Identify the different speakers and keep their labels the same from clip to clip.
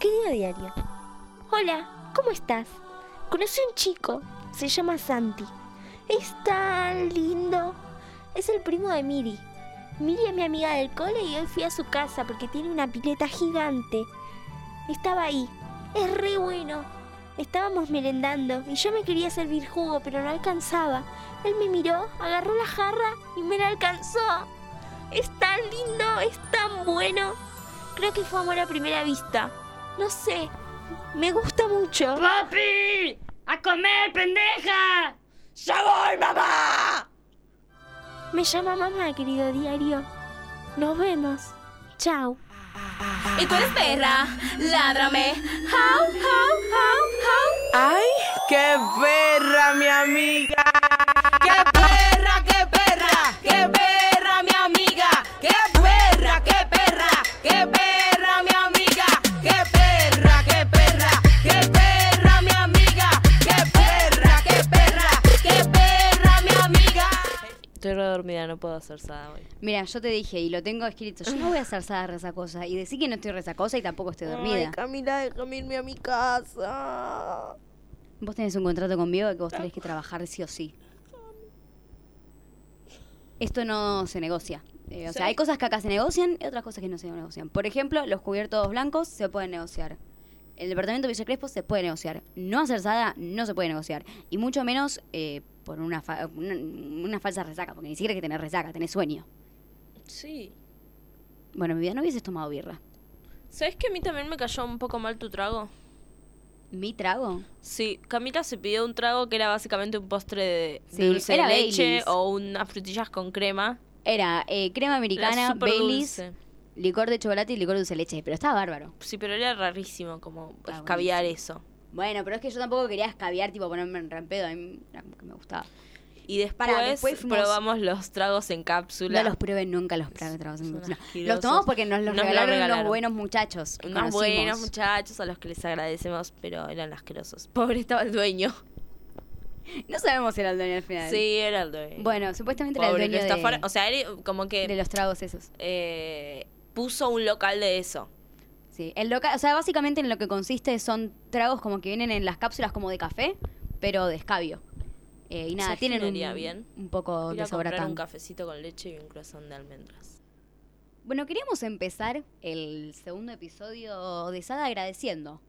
Speaker 1: Querido diario, hola, ¿cómo estás? Conocí un chico, se llama Santi. Es tan lindo. Es el primo de Miri. Miri es mi amiga del cole y hoy fui a su casa porque tiene una pileta gigante. Estaba ahí. Es re bueno. Estábamos merendando y yo me quería servir jugo, pero no alcanzaba. Él me miró, agarró la jarra y me la alcanzó. Es tan lindo, es tan bueno. Creo que fue amor a primera vista. No sé, me gusta mucho.
Speaker 2: ¡Papi! ¡A comer, pendeja!
Speaker 3: ¡Ya voy, mamá!
Speaker 1: Me llama mamá, querido diario. Nos vemos. Chao.
Speaker 4: Y tú eres perra, ládrame. How, how, how, how.
Speaker 3: ¡Ay, qué perra, mi amiga!
Speaker 4: ¡Qué perra, qué perra! ¡Qué perra, mi amiga! ¡Qué perra, qué perra! ¡Qué perra, mi amiga! ¡Qué perra, qué perra! ¡Qué perra, mi amiga! ¡Qué perra, qué perra! ¡Qué perra, mi amiga!
Speaker 5: Estoy redormida, no puedo hacer sada hoy.
Speaker 6: Mira, yo te dije y lo tengo escrito. Yo no voy a hacer sada resacosa. Y decir que no estoy resacosa y tampoco estoy dormida.
Speaker 5: Ay, Camila, déjame irme a mi casa.
Speaker 6: Vos tenés un contrato conmigo de que vos tenés que trabajar sí o sí. Esto no se negocia. Eh, o sea, hay cosas que acá se negocian y otras cosas que no se negocian. Por ejemplo, los cubiertos blancos se pueden negociar. El departamento de Villa Crespo se puede negociar. No hacer sada no se puede negociar. Y mucho menos eh, por una, fa- una, una falsa resaca, porque ni siquiera es que tenés resaca, tenés sueño.
Speaker 5: Sí.
Speaker 6: Bueno, en mi vida no hubieses tomado birra.
Speaker 5: ¿Sabes que a mí también me cayó un poco mal tu trago?
Speaker 6: ¿Mi trago?
Speaker 5: Sí, Camila se pidió un trago que era básicamente un postre de, de
Speaker 6: Sí,
Speaker 5: dulce de
Speaker 6: era
Speaker 5: leche
Speaker 6: Baileys.
Speaker 5: o unas frutillas con crema.
Speaker 6: Era eh, crema
Speaker 5: Era
Speaker 6: americana,
Speaker 5: súper
Speaker 6: Baileys,
Speaker 5: dulce.
Speaker 6: licor de chocolate y licor de dulce de leche. Pero estaba bárbaro.
Speaker 5: Sí, pero era rarísimo como
Speaker 6: Ah,
Speaker 5: escabiar eso.
Speaker 6: Bueno, pero es que yo tampoco quería escabiar, tipo ponerme en rampedo. A mí era como que me gustaba.
Speaker 5: Y después,
Speaker 6: Pará, después fuimos-
Speaker 5: probamos los tragos en cápsula.
Speaker 6: No los probé nunca los tra- tragos en
Speaker 5: son
Speaker 6: cápsula. Los
Speaker 5: asquerosos.
Speaker 6: tomamos porque nos los
Speaker 5: Nos los
Speaker 6: regalaron,
Speaker 5: regalaron.
Speaker 6: unos buenos muchachos. que
Speaker 5: Unos
Speaker 6: conocimos.
Speaker 5: buenos muchachos a los que les agradecemos, pero eran asquerosos. Pobre estaba el dueño.
Speaker 6: No sabemos si era el dueño al final.
Speaker 5: Sí, era el dueño.
Speaker 6: Bueno, supuestamente era el
Speaker 5: Pobre, lo
Speaker 6: dueño de,
Speaker 5: estafaron. O sea, él como que
Speaker 6: de los tragos esos.
Speaker 5: eh, puso un local de eso.
Speaker 6: Sí. El local, o sea, básicamente en lo que consiste son tragos como que vienen en las cápsulas como de café, pero de escabio. Eh, y nada,
Speaker 5: ¿Sabes
Speaker 6: tienen
Speaker 5: quién
Speaker 6: un,
Speaker 5: haría bien?
Speaker 6: un poco
Speaker 5: Ir
Speaker 6: de
Speaker 5: a comprar un
Speaker 6: sobratán.
Speaker 5: cafecito con leche y un croissant de almendras.
Speaker 6: Bueno, queríamos empezar el segundo episodio de Sada agradeciendo,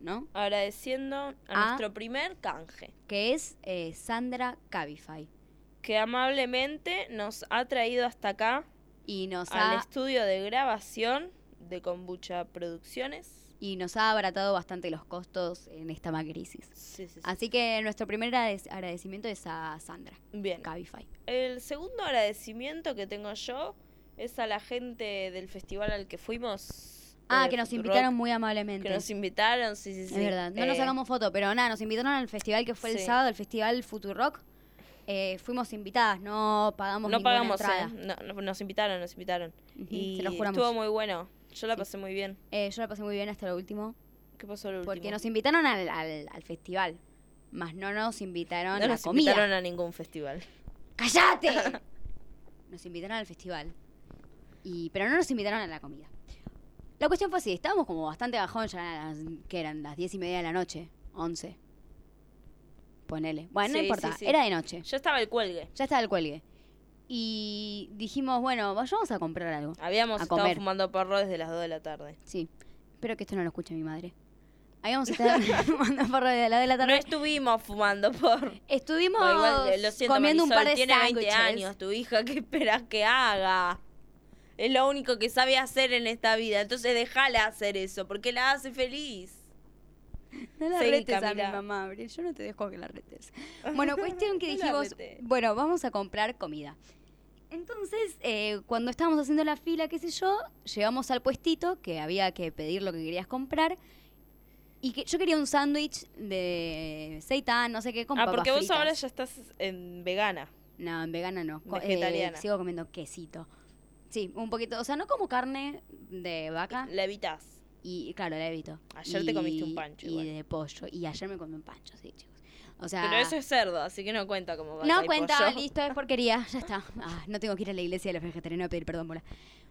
Speaker 6: ¿no?
Speaker 5: Agradeciendo a
Speaker 6: Ah.
Speaker 5: nuestro primer canje,
Speaker 6: Que es eh, Sandra Cabify.
Speaker 5: que amablemente nos ha traído hasta acá,
Speaker 6: Y nos
Speaker 5: al
Speaker 6: ha
Speaker 5: estudio de grabación de Kombucha Producciones.
Speaker 6: y nos ha abaratado bastante los costos en esta crisis.
Speaker 5: Sí, sí, sí.
Speaker 6: Así que nuestro primer agradec- agradecimiento es a Sandra
Speaker 5: Bien. Eh,
Speaker 6: Cabify.
Speaker 5: El segundo agradecimiento que tengo yo es a la gente del festival al que fuimos.
Speaker 6: Ah,
Speaker 5: eh,
Speaker 6: que nos
Speaker 5: Futurock,
Speaker 6: invitaron muy amablemente.
Speaker 5: Que nos invitaron, sí, sí,
Speaker 6: es
Speaker 5: sí.
Speaker 6: verdad, no nos
Speaker 5: Eh,
Speaker 6: sacamos foto, pero nada, nos invitaron al festival que fue el
Speaker 5: sí.
Speaker 6: sábado, el festival Futurock. Eh, fuimos invitadas, no pagamos
Speaker 5: No
Speaker 6: ninguna
Speaker 5: pagamos,
Speaker 6: entrada.
Speaker 5: eh, no- no- nos invitaron, nos invitaron.
Speaker 6: Ujú,
Speaker 5: Y
Speaker 6: se lo juramos.
Speaker 5: estuvo muy bueno. Yo la
Speaker 6: Sí.
Speaker 5: pasé muy bien.
Speaker 6: Eh, yo la pasé muy bien hasta lo último,
Speaker 5: ¿Qué pasó lo último?
Speaker 6: porque nos invitaron al, al- al festival, más no nos
Speaker 5: No
Speaker 6: invitaron a la
Speaker 5: nos
Speaker 6: comida.
Speaker 5: invitaron a ningún festival.
Speaker 6: ¡Cállate! Nos invitaron al festival. Y, pero no nos invitaron a la comida. La cuestión fue así, estábamos como bastante bajón, ya eran, que eran las diez y media de la noche, once. Ponele. Bueno, no
Speaker 5: Sí,
Speaker 6: importa,
Speaker 5: sí, sí.
Speaker 6: era de noche.
Speaker 5: Yo estaba el cuelgue.
Speaker 6: Ya estaba el cuelgue. Y dijimos, bueno, vayamos a comprar algo.
Speaker 5: Habíamos
Speaker 6: A
Speaker 5: estado
Speaker 6: comer.
Speaker 5: fumando porro desde las 2 de la tarde.
Speaker 6: Sí. Espero que esto no lo escuche mi madre. Habíamos estado fumando porro de la de la
Speaker 5: No
Speaker 6: tarde.
Speaker 5: estuvimos fumando porro.
Speaker 6: Estuvimos
Speaker 5: O igual, eh, lo siento,
Speaker 6: comiendo un
Speaker 5: Marisol,
Speaker 6: par de
Speaker 5: tiene 20
Speaker 6: sándwiches.
Speaker 5: años tu hija, ¿qué esperas que haga? Es lo único que sabe hacer en esta vida, entonces déjala hacer eso, porque la hace feliz.
Speaker 6: No la
Speaker 5: Seguí,
Speaker 6: retes a mi
Speaker 5: Camila.
Speaker 6: mamá, Abril. Yo no te dejo que la retes. Bueno, cuestión que
Speaker 5: No la
Speaker 6: dijimos,
Speaker 5: retes.
Speaker 6: bueno, vamos a comprar comida. Entonces, eh, cuando estábamos haciendo la fila, qué sé yo, llegamos al puestito que había que pedir lo que querías comprar. Y que yo quería un sándwich de seitan, no sé qué, con
Speaker 5: ah,
Speaker 6: papas
Speaker 5: porque vos
Speaker 6: fritas.
Speaker 5: ahora ya estás en vegana.
Speaker 6: No, en vegana no. co- eh,
Speaker 5: Vegetariana.
Speaker 6: sigo comiendo quesito. Sí, un poquito. O sea, no como carne de vaca.
Speaker 5: La evitas.
Speaker 6: Y claro, la evito.
Speaker 5: Ayer te comiste un
Speaker 6: Y-
Speaker 5: pancho
Speaker 6: Y
Speaker 5: igual.
Speaker 6: de pollo. Y ayer me comí un pancho, sí, chicos. O sea,
Speaker 5: Pero eso es cerdo, así que no cuenta como vaca
Speaker 6: no
Speaker 5: y
Speaker 6: cuenta,
Speaker 5: pollo.
Speaker 6: listo, es porquería, ya está. Ah, no tengo que ir a la iglesia de los vegetarianos a pedir perdón por la-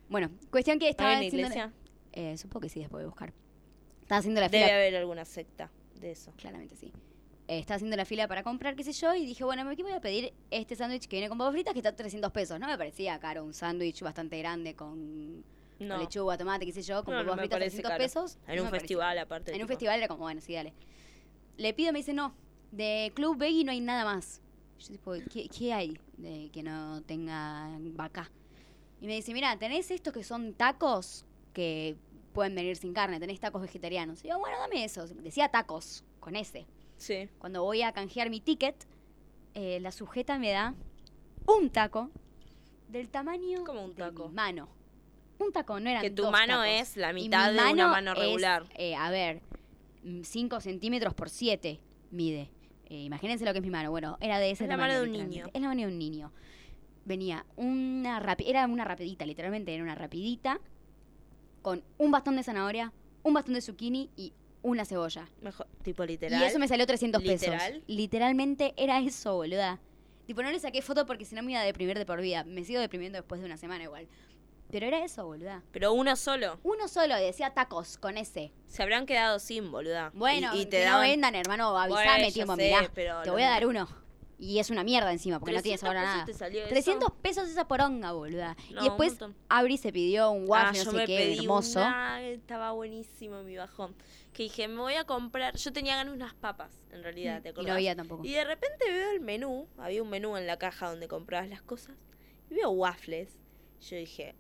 Speaker 6: Bueno, cuestión que
Speaker 5: ¿Hay
Speaker 6: estaba
Speaker 5: una
Speaker 6: diciendo-
Speaker 5: iglesia?
Speaker 6: Eh, supongo que sí, después voy a buscar. Estaba haciendo la
Speaker 5: Debe
Speaker 6: fila.
Speaker 5: haber alguna secta de eso.
Speaker 6: Claramente sí. Eh, estaba haciendo la fila para comprar, qué sé yo, y dije, bueno, aquí voy a pedir este sándwich que viene con papas fritas que está 300 pesos. No me parecía caro un sándwich bastante grande con, con
Speaker 5: No.
Speaker 6: lechuga, tomate, qué sé yo, con
Speaker 5: No, no
Speaker 6: papas
Speaker 5: me
Speaker 6: fritas
Speaker 5: parece
Speaker 6: 300
Speaker 5: caro.
Speaker 6: pesos.
Speaker 5: En
Speaker 6: No
Speaker 5: un
Speaker 6: me parecía
Speaker 5: festival,
Speaker 6: caro.
Speaker 5: aparte,
Speaker 6: En un
Speaker 5: tipo.
Speaker 6: festival era como, bueno, sí, dale. Le pido, me dice, no, de Club Veggie no hay nada más. Yo tipo, ¿qué, qué hay de que no tenga vaca? Y me dice, mira, tenés estos que son tacos que pueden venir sin carne, tenés tacos vegetarianos. Y yo, bueno, dame esos. Decía tacos, con S.
Speaker 5: Sí.
Speaker 6: Cuando voy a canjear mi ticket, eh, la sujeta me da un taco del tamaño
Speaker 5: ¿Cómo un
Speaker 6: de
Speaker 5: taco?
Speaker 6: mi mano. Un taco, no eran
Speaker 5: Que tu
Speaker 6: dos
Speaker 5: mano
Speaker 6: tacos.
Speaker 5: es la
Speaker 6: Y mi
Speaker 5: mitad de una
Speaker 6: mano
Speaker 5: mano
Speaker 6: es,
Speaker 5: regular.
Speaker 6: eh, a ver, 5 centímetros por 7 mide. Eh, imagínense lo que es mi mano. Bueno, era de ese
Speaker 5: Es la
Speaker 6: tamaño,
Speaker 5: mano de un
Speaker 6: literalmente.
Speaker 5: niño.
Speaker 6: Es la mano de un niño. Venía una rapi- era una rapidita, literalmente era una rapidita con un bastón de zanahoria, un bastón de zucchini y una cebolla.
Speaker 5: Mejor, tipo literal.
Speaker 6: Y eso me salió 300
Speaker 5: ¿Literal?
Speaker 6: pesos. Literalmente era eso, boluda. Tipo, no le saqué foto porque si no me iba a deprimir de por vida. Me sigo deprimiendo después de una semana igual. Pero era eso, boluda.
Speaker 5: Pero uno solo.
Speaker 6: Uno solo decía tacos con ese.
Speaker 5: Se habrán quedado sin, boluda.
Speaker 6: Bueno,
Speaker 5: y, y
Speaker 6: que
Speaker 5: te
Speaker 6: no
Speaker 5: daban-
Speaker 6: vendan, hermano, avisame,
Speaker 5: Bueno, ya
Speaker 6: tiempo,
Speaker 5: sé,
Speaker 6: mirá.
Speaker 5: pero
Speaker 6: te
Speaker 5: lo
Speaker 6: voy a
Speaker 5: mismo.
Speaker 6: dar uno. Y es una mierda encima, porque no
Speaker 5: 300
Speaker 6: tiene sabor a
Speaker 5: pesos
Speaker 6: nada.
Speaker 5: te salió eso.
Speaker 6: 300 pesos esa poronga, boluda.
Speaker 5: No,
Speaker 6: y después
Speaker 5: un montón.
Speaker 6: Abri se pidió un waffle,
Speaker 5: Ah,
Speaker 6: no
Speaker 5: yo
Speaker 6: sé
Speaker 5: me
Speaker 6: qué,
Speaker 5: pedí
Speaker 6: hermoso.
Speaker 5: una, estaba buenísimo mi bajón. Que dije, me voy a comprar. Yo tenía ganas de unas papas, en realidad, ¿te
Speaker 6: Mm, Y no
Speaker 5: acordás?
Speaker 6: había tampoco.
Speaker 5: Y de repente veo el menú. Había un menú en la caja donde comprabas las cosas. Y veo waffles. Yo dije,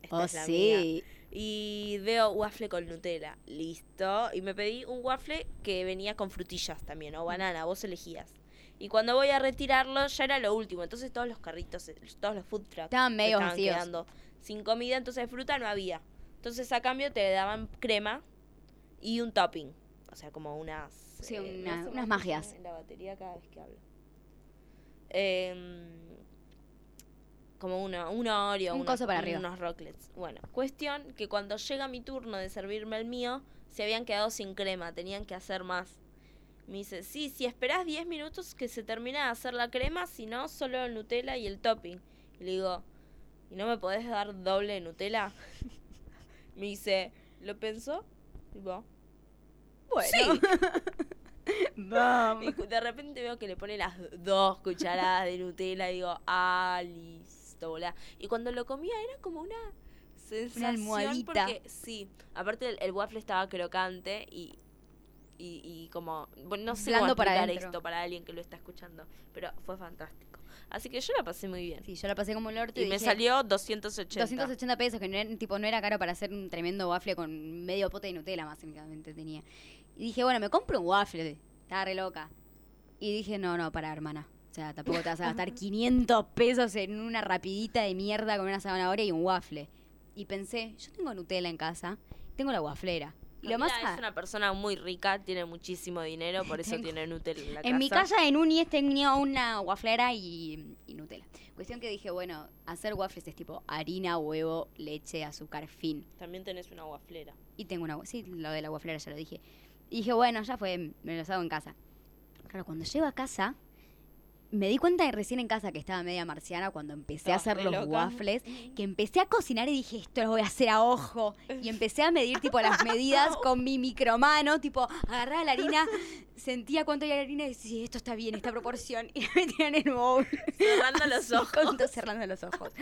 Speaker 5: esta
Speaker 6: Oh,
Speaker 5: es la mía.
Speaker 6: sí.
Speaker 5: Y veo waffle con Nutella. Listo. Y me pedí un waffle que venía con frutillas también, o banana, vos elegías. Y cuando voy a retirarlo, ya era lo último. Entonces todos los carritos, eh, todos los food trucks
Speaker 6: Estaban
Speaker 5: se
Speaker 6: medio vacíos.
Speaker 5: quedando sin comida, entonces fruta no había. Entonces a cambio te daban crema y un topping. O sea, como unas.
Speaker 6: Sí,
Speaker 5: eh,
Speaker 6: una-
Speaker 5: no sé
Speaker 6: unas
Speaker 5: cómo se
Speaker 6: magias.
Speaker 5: llama en La batería cada vez que hablo. Em, como una, un Oreo.
Speaker 6: Un
Speaker 5: unos-
Speaker 6: coso para arriba.
Speaker 5: Unos rocklets. Bueno, cuestión que cuando llega mi turno de servirme el mío, se habían quedado sin crema, tenían que hacer más. Me dice, sí, si esperás 10 minutos que se termina de hacer la crema, si no, solo el Nutella y el topping. Y le digo, ¿y no me podés dar doble de Nutella? me dice, ¿lo pensó? Digo, bueno. Y cu- de repente veo que le pone las dos cucharadas de Nutella y digo, ah, listo, boluda". Y cuando lo comía era como una sensación.
Speaker 6: almohadita.
Speaker 5: Porque, sí, aparte el, el waffle estaba crocante y, y, y como, bueno, no sé
Speaker 6: Blando
Speaker 5: cómo
Speaker 6: para
Speaker 5: explicar
Speaker 6: adentro.
Speaker 5: esto para alguien que lo está escuchando, pero fue fantástico. Así que yo la pasé muy bien.
Speaker 6: Sí, yo la pasé como el orto
Speaker 5: y
Speaker 6: y,
Speaker 5: me
Speaker 6: dije,
Speaker 5: salió 280.
Speaker 6: 280 pesos, que no era, tipo, no era caro para hacer un tremendo waffle con medio pote de Nutella, más únicamente tenía. Y dije, bueno, me compro un waffle. Estaba re loca. Y dije, no, no, para, hermana. O sea, tampoco te vas a gastar 500 pesos en una rapidita de mierda con una zanahoria y un waffle. Y pensé, yo tengo Nutella en casa, tengo la waflera. Y lo
Speaker 5: Camila
Speaker 6: más a-
Speaker 5: es una persona muy rica, tiene muchísimo dinero, por eso
Speaker 6: Tengo-
Speaker 5: tiene Nutella en la
Speaker 6: en mi casa en Unies tenía una waflera y, y Nutella. Cuestión que dije, bueno, hacer waffles es tipo harina, huevo, leche, azúcar, fin.
Speaker 5: También tenés una guaflera.
Speaker 6: Y tengo una... Sí, lo de la guaflera ya lo dije. Y dije, bueno, ya fue, me los hago en casa. Claro, cuando llego a casa, me di cuenta de recién en casa que estaba media marciana cuando empecé a
Speaker 5: Estabas
Speaker 6: hacer
Speaker 5: re
Speaker 6: los
Speaker 5: loca.
Speaker 6: waffles, que empecé a cocinar y dije, esto lo voy a hacer a ojo. Y empecé a medir tipo las medidas con mi micromano, tipo, agarraba la harina, sentía cuánto había de harina y decía, sí, esto está bien, esta proporción. Y la metía en el bowl.
Speaker 5: Cerrando los
Speaker 6: Así,
Speaker 5: ojos.
Speaker 6: con- cerrando los ojos,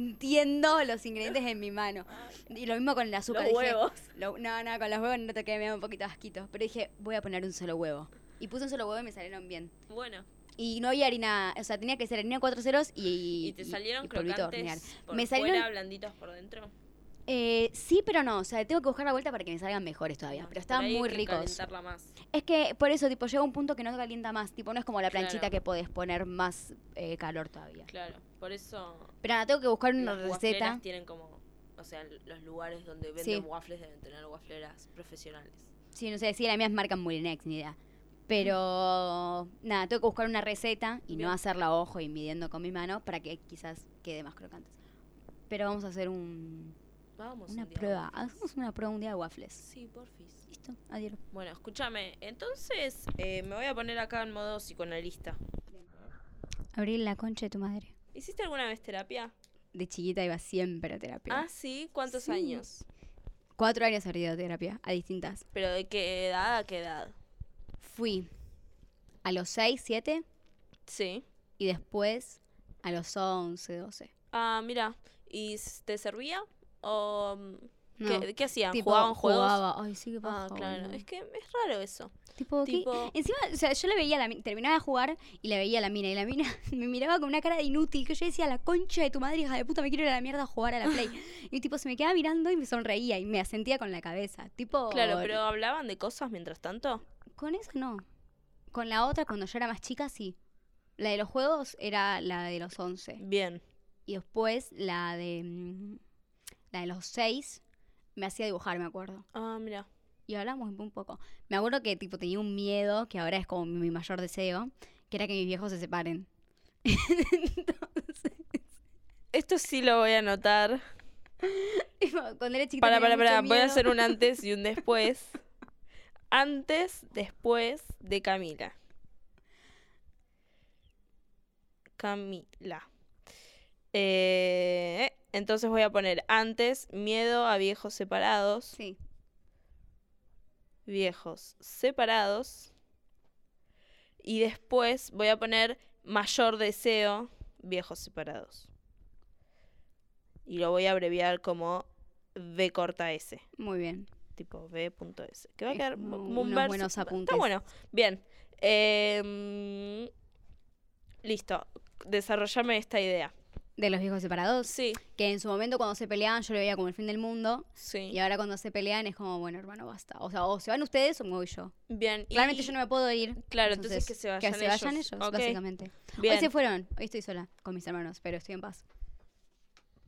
Speaker 6: sintiendo los ingredientes en mi mano. Y lo mismo con el azúcar.
Speaker 5: Los
Speaker 6: dije,
Speaker 5: huevos.
Speaker 6: lo- no, no, con los huevos no te quedé, me daba un poquito de asquito. Pero dije, voy a poner un solo huevo. Y puse un solo huevo y me salieron bien.
Speaker 5: Bueno.
Speaker 6: Y no había harina, o sea, tenía que ser harina cuatro ceros y.
Speaker 5: Y, te salieron
Speaker 6: y polvito de hornear.
Speaker 5: crocantes por
Speaker 6: me
Speaker 5: fuera,
Speaker 6: salieron.
Speaker 5: blanditos por dentro.
Speaker 6: eh, sí, pero no, o sea, tengo que buscar la vuelta para que me salgan mejores todavía.
Speaker 5: No, Ah,
Speaker 6: pero
Speaker 5: por
Speaker 6: estaban
Speaker 5: ahí hay
Speaker 6: muy
Speaker 5: que
Speaker 6: ricos.
Speaker 5: calentarla más.
Speaker 6: Es que por eso, tipo, llega un punto que no te calienta más. Tipo, no es como la planchita
Speaker 5: Claro.
Speaker 6: que podés poner más eh, calor todavía.
Speaker 5: Claro, por eso
Speaker 6: Pero nada, tengo que buscar una
Speaker 5: las
Speaker 6: receta.
Speaker 5: waffleras tienen como, o sea, los lugares donde venden
Speaker 6: Sí.
Speaker 5: waffles deben tener waffleras profesionales.
Speaker 6: Sí, no sé, si la mía es marca Mulinex, ni idea. Pero nada, tengo que buscar una receta y
Speaker 5: Bien.
Speaker 6: no hacerla a ojo y midiendo con mi mano para que quizás quede más crocantes. Pero vamos a hacer un,
Speaker 5: Vamos
Speaker 6: una
Speaker 5: un día,
Speaker 6: prueba.
Speaker 5: waffles.
Speaker 6: Hacemos una prueba un día de waffles.
Speaker 5: Sí, porfis.
Speaker 6: Listo, adiós.
Speaker 5: Bueno, escúchame, entonces eh, me voy a poner acá en modo psicoanalista.
Speaker 6: Abrir la concha de tu madre.
Speaker 5: ¿Hiciste alguna vez terapia?
Speaker 6: De chiquita iba siempre a terapia.
Speaker 5: Ah, sí, ¿cuántos
Speaker 6: Sí.
Speaker 5: años?
Speaker 6: Cuatro años de terapia, a distintas.
Speaker 5: Pero de qué edad a qué edad.
Speaker 6: Fui a los 6, 7
Speaker 5: Sí.
Speaker 6: y después a los 11, 12.
Speaker 5: Ah, mira. ¿Y s- te servía? ¿O mm,
Speaker 6: No.
Speaker 5: ¿qué, qué hacían?
Speaker 6: Tipo,
Speaker 5: ¿Jugaban juegos?
Speaker 6: Jugaba. Ay, sí, qué
Speaker 5: Ah,
Speaker 6: paja,
Speaker 5: claro.
Speaker 6: boludo.
Speaker 5: Es que es raro eso.
Speaker 6: Tipo, ¿qué?
Speaker 5: tipo-
Speaker 6: Encima, o sea, yo le veía, a la, mi- terminaba de jugar y la veía a la mina. Y la mina me miraba con una cara de inútil. Que yo decía, la concha de tu madre, hija de puta, me quiero ir a la mierda a jugar a la play. y tipo, se me quedaba mirando y me sonreía y me asentía con la cabeza. Tipo,
Speaker 5: Claro, pero hablaban de cosas mientras tanto.
Speaker 6: Con esa no. Con la otra, cuando yo era más chica, sí. La de los juegos era la de los 11.
Speaker 5: Bien.
Speaker 6: Y después la de. mm, La de los 6 me hacía dibujar, me acuerdo.
Speaker 5: Ah, mira.
Speaker 6: Y hablamos un poco. Me acuerdo que tipo tenía un miedo, que ahora es como mi mayor deseo, que era que mis viejos se separen. Entonces,
Speaker 5: Esto sí lo voy a anotar.
Speaker 6: tipo, cuando era chiquita.
Speaker 5: Para, para,
Speaker 6: tenía
Speaker 5: para.
Speaker 6: mucho
Speaker 5: Voy a
Speaker 6: miedo.
Speaker 5: hacer un antes y un después. Antes, después de Camila. Camila. Eh, entonces voy a poner antes, miedo a viejos separados.
Speaker 6: Sí.
Speaker 5: viejos separados. Y después voy a poner mayor deseo, viejos separados. Y lo voy a abreviar como V corta S,
Speaker 6: Muy bien.
Speaker 5: tipo V.S. Que va a
Speaker 6: Es
Speaker 5: quedar
Speaker 6: como
Speaker 5: como un
Speaker 6: unos
Speaker 5: verso-
Speaker 6: buenos
Speaker 5: Está
Speaker 6: apuntes.
Speaker 5: bueno. Bien. Em, listo. Desarrollame esta idea.
Speaker 6: De los viejos separados.
Speaker 5: Sí,
Speaker 6: Que en su momento cuando se peleaban yo lo veía como el fin del mundo. Y
Speaker 5: sí.
Speaker 6: ahora cuando se pelean es como, bueno, hermano, basta. O sea, o se van ustedes o me voy yo.
Speaker 5: Bien. y-
Speaker 6: Claramente yo no me puedo ir.
Speaker 5: Claro, entonces que se vayan
Speaker 6: se vayan
Speaker 5: ellos.
Speaker 6: ellos,
Speaker 5: Ok.
Speaker 6: básicamente.
Speaker 5: Bien.
Speaker 6: Hoy se fueron. Hoy estoy sola con mis hermanos, pero estoy en paz.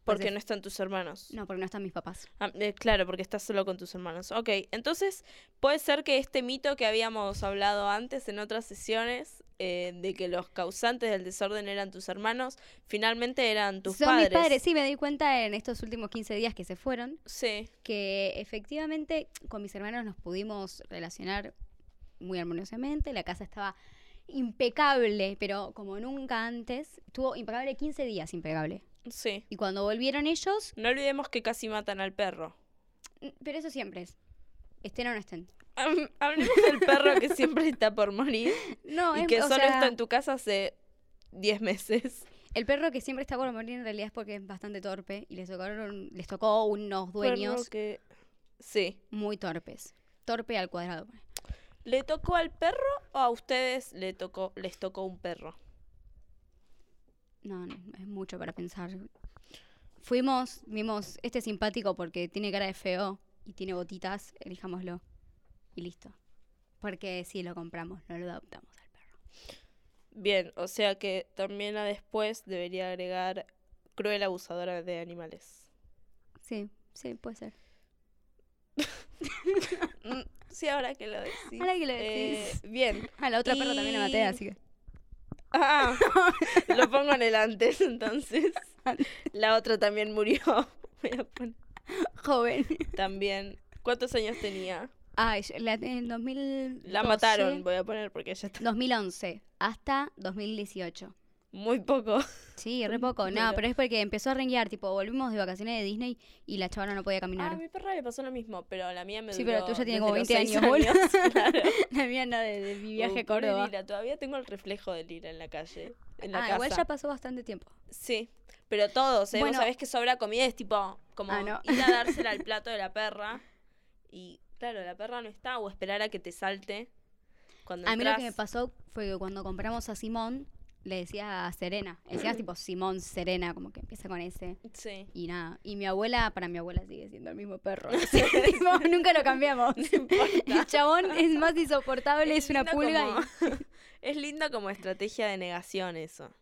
Speaker 5: Porque no están tus hermanos.
Speaker 6: No, porque no están mis papás.
Speaker 5: Ah, eh, claro, porque estás solo con tus hermanos. Ok, entonces puede ser que este mito que habíamos hablado antes en otras sesiones, eh, de que los causantes del desorden eran tus hermanos, finalmente eran tus
Speaker 6: Son
Speaker 5: padres.
Speaker 6: mis padres, sí, me di cuenta en estos últimos 15 días que se fueron,
Speaker 5: Sí,
Speaker 6: que efectivamente con mis hermanos nos pudimos relacionar muy armoniosamente, la casa estaba impecable, pero como nunca antes, estuvo impecable 15 días impecable.
Speaker 5: sí.
Speaker 6: Y cuando volvieron ellos, mm,
Speaker 5: No olvidemos que casi matan al perro.
Speaker 6: pero eso siempre es, estén o no estén.
Speaker 5: Hab- Hablemos del perro que siempre está por morir
Speaker 6: No,
Speaker 5: y
Speaker 6: es-
Speaker 5: que
Speaker 6: o
Speaker 5: solo
Speaker 6: sea,
Speaker 5: está en tu casa hace 10 meses.
Speaker 6: El perro que siempre está por morir en realidad es porque es bastante torpe y les, tocaron, les tocó unos
Speaker 5: Perro
Speaker 6: dueños
Speaker 5: que- Sí.
Speaker 6: muy torpes. Torpe al cuadrado. pues.
Speaker 5: ¿Le tocó al perro o a ustedes le tocó, les tocó un perro?
Speaker 6: No, no, es mucho para pensar. Fuimos, vimos, este es simpático porque tiene cara de feo y tiene botitas, elijámoslo. Y listo. Porque sí, lo compramos, no lo adoptamos al perro.
Speaker 5: Bien, o sea que también a después debería agregar cruel abusadora de animales.
Speaker 6: Sí, sí, puede ser.
Speaker 5: Mm, Sí, ahora que lo decís.
Speaker 6: Ahora que lo
Speaker 5: Eh,
Speaker 6: decís.
Speaker 5: bien.
Speaker 6: A Ah, la otra perra también la maté,
Speaker 5: Y-
Speaker 6: así que.
Speaker 5: Ah, lo pongo en el antes, entonces. La otra también murió. Voy a poner-
Speaker 6: Joven.
Speaker 5: También. ¿Cuántos años tenía?
Speaker 6: Ay, yo- la, en 2000.
Speaker 5: La mataron, voy a poner porque ella está
Speaker 6: 2011 hasta 2018.
Speaker 5: muy poco.
Speaker 6: Sí, re poco. No,
Speaker 5: Duro.
Speaker 6: pero es porque empezó a renguear. Tipo, volvimos de vacaciones de Disney y la chavana no podía
Speaker 5: A
Speaker 6: caminar.
Speaker 5: Ah, mi perra le pasó lo mismo, pero la mía me
Speaker 6: Sí, pero la
Speaker 5: duró
Speaker 6: tuya tiene
Speaker 5: desde
Speaker 6: como
Speaker 5: los
Speaker 6: 20
Speaker 5: seis
Speaker 6: años, boludo.
Speaker 5: claro.
Speaker 6: La mía no, de, de mi viaje
Speaker 5: Uh,
Speaker 6: a Córdoba.
Speaker 5: pobre Lila, todavía tengo el reflejo de Lila en la calle. En la
Speaker 6: Ah, igual
Speaker 5: casa.
Speaker 6: ya pasó bastante tiempo.
Speaker 5: Sí, pero todos, ¿eh?
Speaker 6: Bueno.
Speaker 5: Vos sabés que sobra comida, es tipo como
Speaker 6: Ah, no.
Speaker 5: ir a dársela al plato de la perra. Y claro, la perra no está, o esperar a que te salte. Cuando
Speaker 6: A mí lo que me
Speaker 5: entras.
Speaker 6: pasó fue que cuando compramos a Simón, le decía a Serena. Decía tipo Simón Serena, como que empieza con ese.
Speaker 5: Sí.
Speaker 6: Y nada. Y mi abuela, para mi abuela sigue siendo el mismo perro. O sea, tipo, nunca lo cambiamos. El chabón es más insoportable, es, una
Speaker 5: lindo
Speaker 6: pulga
Speaker 5: como-
Speaker 6: y.
Speaker 5: es lindo como estrategia de negación eso.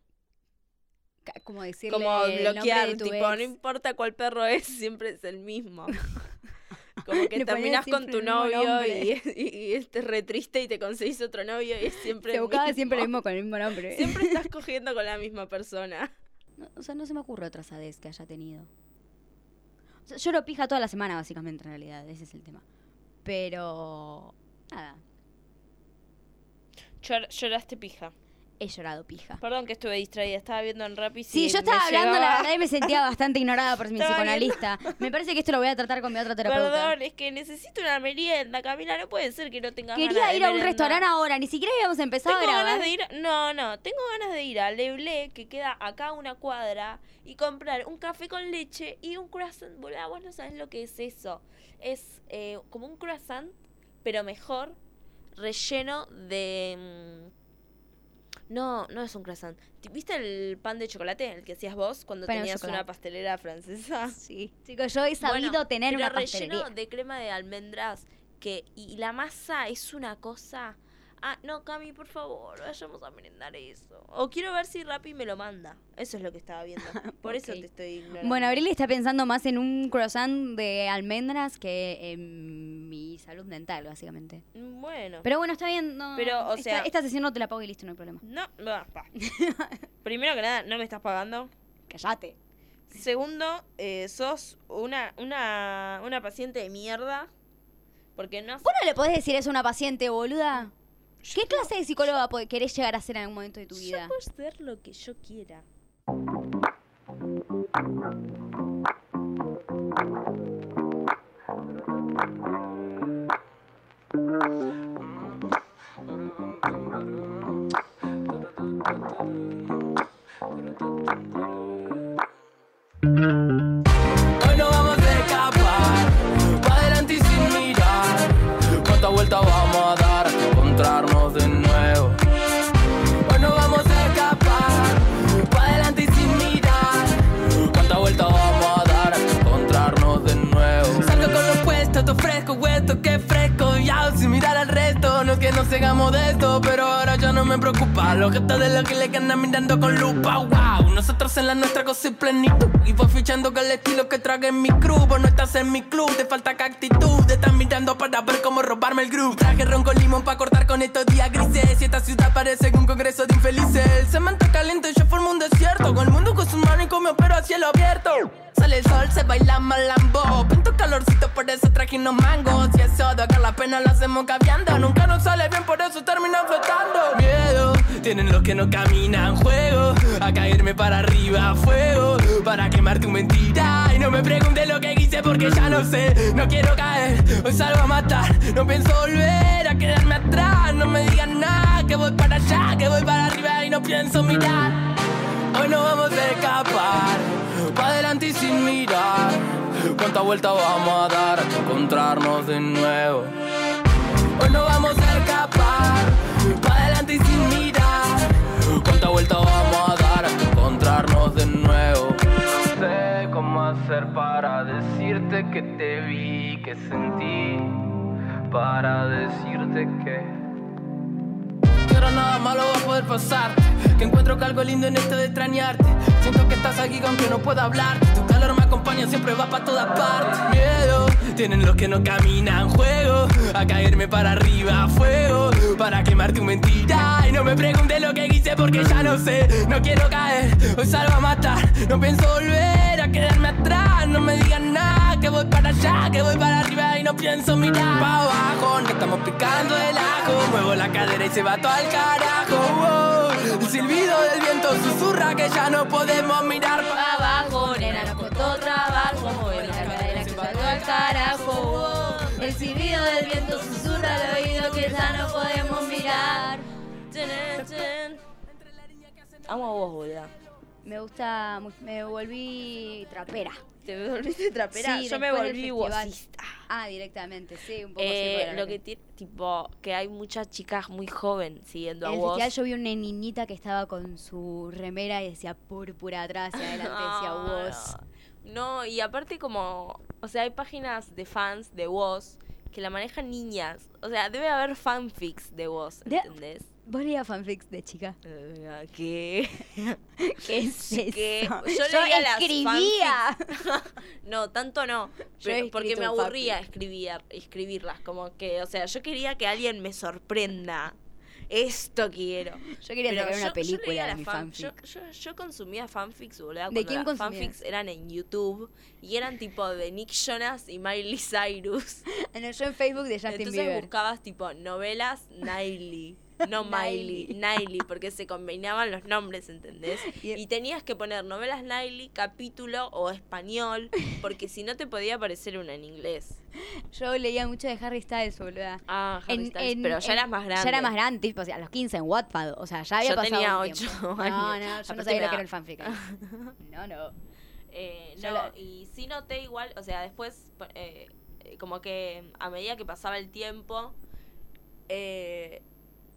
Speaker 6: ca- Como decirle.
Speaker 5: Como
Speaker 6: el nombre
Speaker 5: bloquear,
Speaker 6: de tu
Speaker 5: tipo,
Speaker 6: ex.
Speaker 5: no importa cuál perro es, siempre es el mismo. Como que
Speaker 6: Le ponía
Speaker 5: terminás con
Speaker 6: siempre
Speaker 5: tu
Speaker 6: el mismo
Speaker 5: novio y,
Speaker 6: nombre.
Speaker 5: y, y este re triste y te conseguís otro novio y es siempre
Speaker 6: Se
Speaker 5: el
Speaker 6: buscaba siempre
Speaker 5: mismo.
Speaker 6: lo mismo con el mismo nombre.
Speaker 5: Siempre estás cogiendo con la misma persona.
Speaker 6: No, o sea, no se me ocurre otra sadez que haya tenido. O sea, lloro pija toda la semana, básicamente, en realidad. Ese es el tema. Pero. Nada.
Speaker 5: Llor- lloraste pija.
Speaker 6: he llorado pija.
Speaker 5: Perdón que estuve distraída, estaba viendo en Rappi.
Speaker 6: Sí,
Speaker 5: si
Speaker 6: yo estaba
Speaker 5: me
Speaker 6: hablando, la
Speaker 5: llegaba.
Speaker 6: verdad, y me sentía bastante ignorada por mi
Speaker 5: Estaba
Speaker 6: psicoanalista. Me parece que esto lo voy a tratar con mi otra terapeuta.
Speaker 5: Perdón, es que necesito una merienda, Camila. No puede ser que no tengas ganas
Speaker 6: Quería
Speaker 5: de
Speaker 6: ir a un
Speaker 5: merendar.
Speaker 6: restaurante ahora, ni siquiera habíamos empezado
Speaker 5: Tengo
Speaker 6: a grabar.
Speaker 5: ganas de ir. No, no, tengo ganas de ir a Leblé, que queda acá a una cuadra, y comprar un café con leche y un croissant. Boluda, vos no sabés lo que es eso. Es eh, como un croissant, pero mejor, relleno de. mm, No, no es un croissant. Ti- ¿Viste el pan de chocolate, el que hacías vos cuando
Speaker 6: Pan de
Speaker 5: tenías
Speaker 6: chocolate.
Speaker 5: una pastelera francesa?
Speaker 6: Sí, chicos, yo he sabido
Speaker 5: Bueno,
Speaker 6: tener
Speaker 5: pero
Speaker 6: una pastelería.
Speaker 5: relleno de crema de almendras que y la masa es una cosa. Ah, no, Cami, por favor, vayamos a merendar eso. O quiero ver si Rappi me lo manda. Eso es lo que estaba viendo. Por eso
Speaker 6: Ok.
Speaker 5: te estoy ignorando.
Speaker 6: Bueno, Abril está pensando más en un croissant de almendras que en mi salud dental, básicamente.
Speaker 5: Bueno.
Speaker 6: Pero bueno, está bien. no-
Speaker 5: Pero, o
Speaker 6: esta-
Speaker 5: sea-
Speaker 6: Esta sesión no te la pago y listo, no hay problema.
Speaker 5: No, no, pa. Primero que nada, no me estás pagando.
Speaker 6: Cállate.
Speaker 5: Segundo, eh, sos una, una, una paciente de mierda. Porque no...
Speaker 6: ¿Vos no le podés decir eso a una paciente, boluda? ¿Qué clase de psicóloga po- querés llegar a ser en algún momento de tu vida?
Speaker 5: Yo puedo ser lo que yo quiera.
Speaker 4: Hoy no vamos a escapar, pa' adelante y sin mirar. Cuánta vuelta vamos a dar hasta encontrarnos de nuevo. Hoy no vamos a escapar, pa' adelante y sin mirar. Cuánta vuelta vamos a dar hasta encontrarnos de nuevo. Salgo con lo puesto, te ofrezco huesto, que fresco. Ya sin mirar al resto, no es que nos sigamos de esto, pero ahora ya no me preocupa. Los gestos de los que le andan mirando con lupa, wow. Nosotros en la nuestra cosa y plenitud. Y voy fichando que el estilo que trague en mi crew. Vos no estás en mi club, te falta que actitud. Te están mirando para ver cómo robarme el groove. Traje ronco limón para cortar con estos días grises. Y esta ciudad parece que un congreso de infelices. El cemento caliente, yo formo un desierto. Con el mundo con sus manos y con mi opero a cielo abierto. Sale el sol, se baila malambo. Pinto calorcito, por eso traje unos mangos. Y eso de acá la pena lo hacemos caviando. Nunca nos sale bien, por eso terminan flotando. Miedo, tienen los que no caminan. Juego, a caerme para arriba, fuego. Para quemar tu mentira. Y no me preguntes lo que hice porque ya no sé. No quiero caer, hoy salgo a matar. No pienso volver a quedarme atrás. No me digan nada, que voy para allá, que voy para arriba y no pienso mirar. Hoy no vamos a escapar, pa' adelante y sin mirar. Cuánta vuelta vamos a dar hasta encontrarnos de nuevo. Hoy no vamos a escapar, pa' adelante y sin mirar. Cuánta vuelta vamos a dar hasta encontrarnos de nuevo. No sé cómo hacer para decirte que te vi, que sentí, para decirte que. Que ahora nada malo va a poder pasarte Que encuentro que algo lindo en esto de extrañarte Siento que estás aquí aunque no pueda hablar Tu calor me acompaña, siempre va para todas partes Miedo, tienen los que no caminan Juego, a caerme para arriba Fuego, para quemar tu mentira Y no me preguntes lo que hice porque ya no sé No quiero caer, hoy salgo a matar No pienso volver a quedarme atrás No me digan nada, que voy para allá Que voy para arriba y no pienso mirar Pa' abajo, no estamos picando el ajo Muevo la cadera y se va todo al carajo wow. El silbido del viento susurra que ya no podemos mirar pa'
Speaker 5: abajo, nena, nos costó trabajo mover la cadera que saltó al carajo. wow. El silbido del viento susurra al oído que ya no podemos mirar. Tenen, tenen. Amo a vos, boluda.
Speaker 6: Me gusta, mu- me volví trapera.
Speaker 5: ¿Te volviste trapera?
Speaker 6: Sí,
Speaker 5: Yo me
Speaker 6: después del
Speaker 5: volví
Speaker 6: festival.
Speaker 5: vocista.
Speaker 6: Ah, directamente, sí, un poco sí,
Speaker 5: Eh,
Speaker 6: bueno,
Speaker 5: lo que tiene, tipo, que hay muchas chicas muy joven siguiendo
Speaker 6: En
Speaker 5: a
Speaker 6: el
Speaker 5: vos.
Speaker 6: festival yo vi una niñita que estaba con su remera y decía púrpura atrás y adelante decía
Speaker 5: Ah.
Speaker 6: vos.
Speaker 5: No, y aparte como, o sea, hay páginas de fans de vos que la manejan niñas. O sea, debe haber fanfics de vos,
Speaker 6: De-
Speaker 5: ¿entendés?
Speaker 6: Vos leías fanfics de chica.
Speaker 5: Eh, ¿Qué?
Speaker 6: ¿Qué es eso?
Speaker 5: ¿Qué?
Speaker 6: Yo,
Speaker 5: leía las
Speaker 6: escribía.
Speaker 5: fanfics. no, tanto no. pero-
Speaker 6: escrito
Speaker 5: porque me
Speaker 6: un
Speaker 5: aburría escribir, escribirlas. Como que, o sea, yo quería que alguien me sorprenda. Esto quiero.
Speaker 6: Yo quería
Speaker 5: Pero
Speaker 6: sacar
Speaker 5: yo-
Speaker 6: una
Speaker 5: yo leía
Speaker 6: película de
Speaker 5: las
Speaker 6: mi
Speaker 5: fan-
Speaker 6: fanfic.
Speaker 5: Yo, yo- yo consumía fanfics, boludo.
Speaker 6: ¿De
Speaker 5: cuando
Speaker 6: quién
Speaker 5: las
Speaker 6: consumías?
Speaker 5: fanfics eran en YouTube y eran tipo de Nick Jonas y Miley Cyrus.
Speaker 6: Ah, no, yo en Facebook de Justin
Speaker 5: Entonces
Speaker 6: Bieber.
Speaker 5: buscabas tipo novelas Niley. No Miley, Niley, porque se combinaban los nombres, ¿entendés?
Speaker 6: Y-
Speaker 5: Y e tenías que poner novelas Niley, capítulo o español, porque si no te podía aparecer una en inglés.
Speaker 6: Yo leía mucho de Harry Styles, boluda.
Speaker 5: Ah, Harry
Speaker 6: En-
Speaker 5: Styles,
Speaker 6: en-
Speaker 5: pero ya
Speaker 6: en-
Speaker 5: eras más grande.
Speaker 6: Ya era más grande, tipo, o sea, a los 15 en Wattpad. O sea, ya había
Speaker 5: Yo
Speaker 6: pasado
Speaker 5: tenía
Speaker 6: un
Speaker 5: ocho
Speaker 6: tiempo. No, no,
Speaker 5: años.
Speaker 6: yo no
Speaker 5: Aparte
Speaker 6: sabía
Speaker 5: me
Speaker 6: lo
Speaker 5: da-
Speaker 6: que era el fanfic. No, no.
Speaker 5: Eh,
Speaker 6: Yo
Speaker 5: no,
Speaker 6: la-
Speaker 5: y sí noté igual, o sea, después, eh, eh, como que a medida que pasaba el tiempo, eh,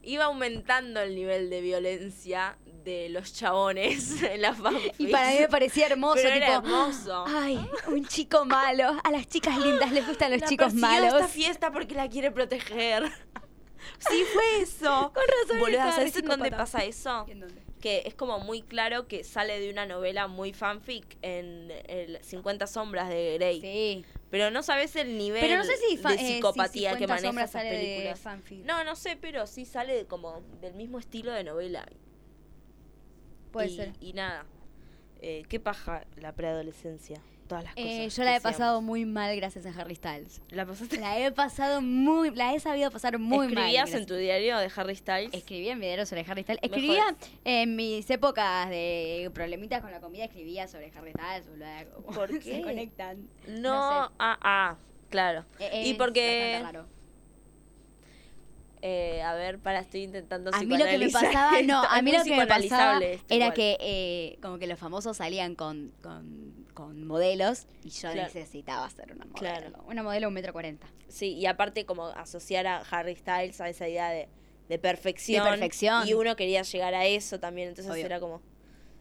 Speaker 5: iba aumentando el nivel de violencia de los chabones en las fanfics.
Speaker 6: Y para mí me parecía hermoso,
Speaker 5: Pero
Speaker 6: tipo.
Speaker 5: era hermoso. "Ah,
Speaker 6: Ay, un chico malo. A las chicas lindas les gustan los
Speaker 5: La
Speaker 6: chicos
Speaker 5: persiguió a
Speaker 6: malos.
Speaker 5: esta fiesta porque la quiere proteger. Sí, fue eso.
Speaker 6: Con razón
Speaker 5: Boluda,
Speaker 6: estaba
Speaker 5: ¿sabes
Speaker 6: re
Speaker 5: en dónde
Speaker 6: psicópata.
Speaker 5: pasa eso?
Speaker 6: ¿En dónde?
Speaker 5: que es como muy claro que sale de una novela muy fanfic en el 50 sombras de Grey.
Speaker 6: Sí.
Speaker 5: Pero no sabes el nivel
Speaker 6: Pero no sé si fa- eh,
Speaker 5: de
Speaker 6: si
Speaker 5: psicopatía
Speaker 6: 50
Speaker 5: que maneja
Speaker 6: sombras
Speaker 5: esas
Speaker 6: sale de
Speaker 5: películas.
Speaker 6: fanfic.
Speaker 5: No, no sé, pero sí sale de como del mismo estilo de novela.
Speaker 6: Puede
Speaker 5: y,
Speaker 6: ser.
Speaker 5: Y nada. Eh, qué paja la preadolescencia. Todas las cosas.
Speaker 6: Eh, yo
Speaker 5: que
Speaker 6: la he
Speaker 5: hacíamos.
Speaker 6: pasado muy mal gracias a Harry Styles.
Speaker 5: La pasaste.
Speaker 6: La he pasado muy, la he sabido pasar muy mal.
Speaker 5: ¿Escribías
Speaker 6: gracias-
Speaker 5: en tu diario de Harry Styles?
Speaker 6: Escribía en videos sobre Harry Styles.
Speaker 5: Me
Speaker 6: Escribía
Speaker 5: jodes.
Speaker 6: en mis épocas de problemitas con la comida, escribía sobre Harry Styles. boluda, como
Speaker 5: ¿Por
Speaker 6: Se
Speaker 5: qué?
Speaker 6: conectan.
Speaker 5: no,
Speaker 6: no sé.
Speaker 5: ah, ah, claro.
Speaker 6: Eh,
Speaker 5: y
Speaker 6: es
Speaker 5: porque
Speaker 6: bastante raro.
Speaker 5: Eh, a ver, para, estoy intentando
Speaker 6: A mí lo que me
Speaker 5: psicoanalizar
Speaker 6: pasaba, no,
Speaker 5: esto.
Speaker 6: a
Speaker 5: Es
Speaker 6: mí
Speaker 5: muy
Speaker 6: lo que me pasaba
Speaker 5: psicoanalizable esto
Speaker 6: era
Speaker 5: igual.
Speaker 6: que eh, como que los famosos salían con, con, con modelos y yo
Speaker 5: Claro.
Speaker 6: necesitaba ser una modelo.
Speaker 5: Claro.
Speaker 6: Una modelo de un metro cuarenta.
Speaker 5: Sí, y aparte como asociar a Harry Styles a esa idea de, de perfección.
Speaker 6: De perfección.
Speaker 5: Y uno quería llegar a eso también, entonces
Speaker 6: Obvio.
Speaker 5: era como...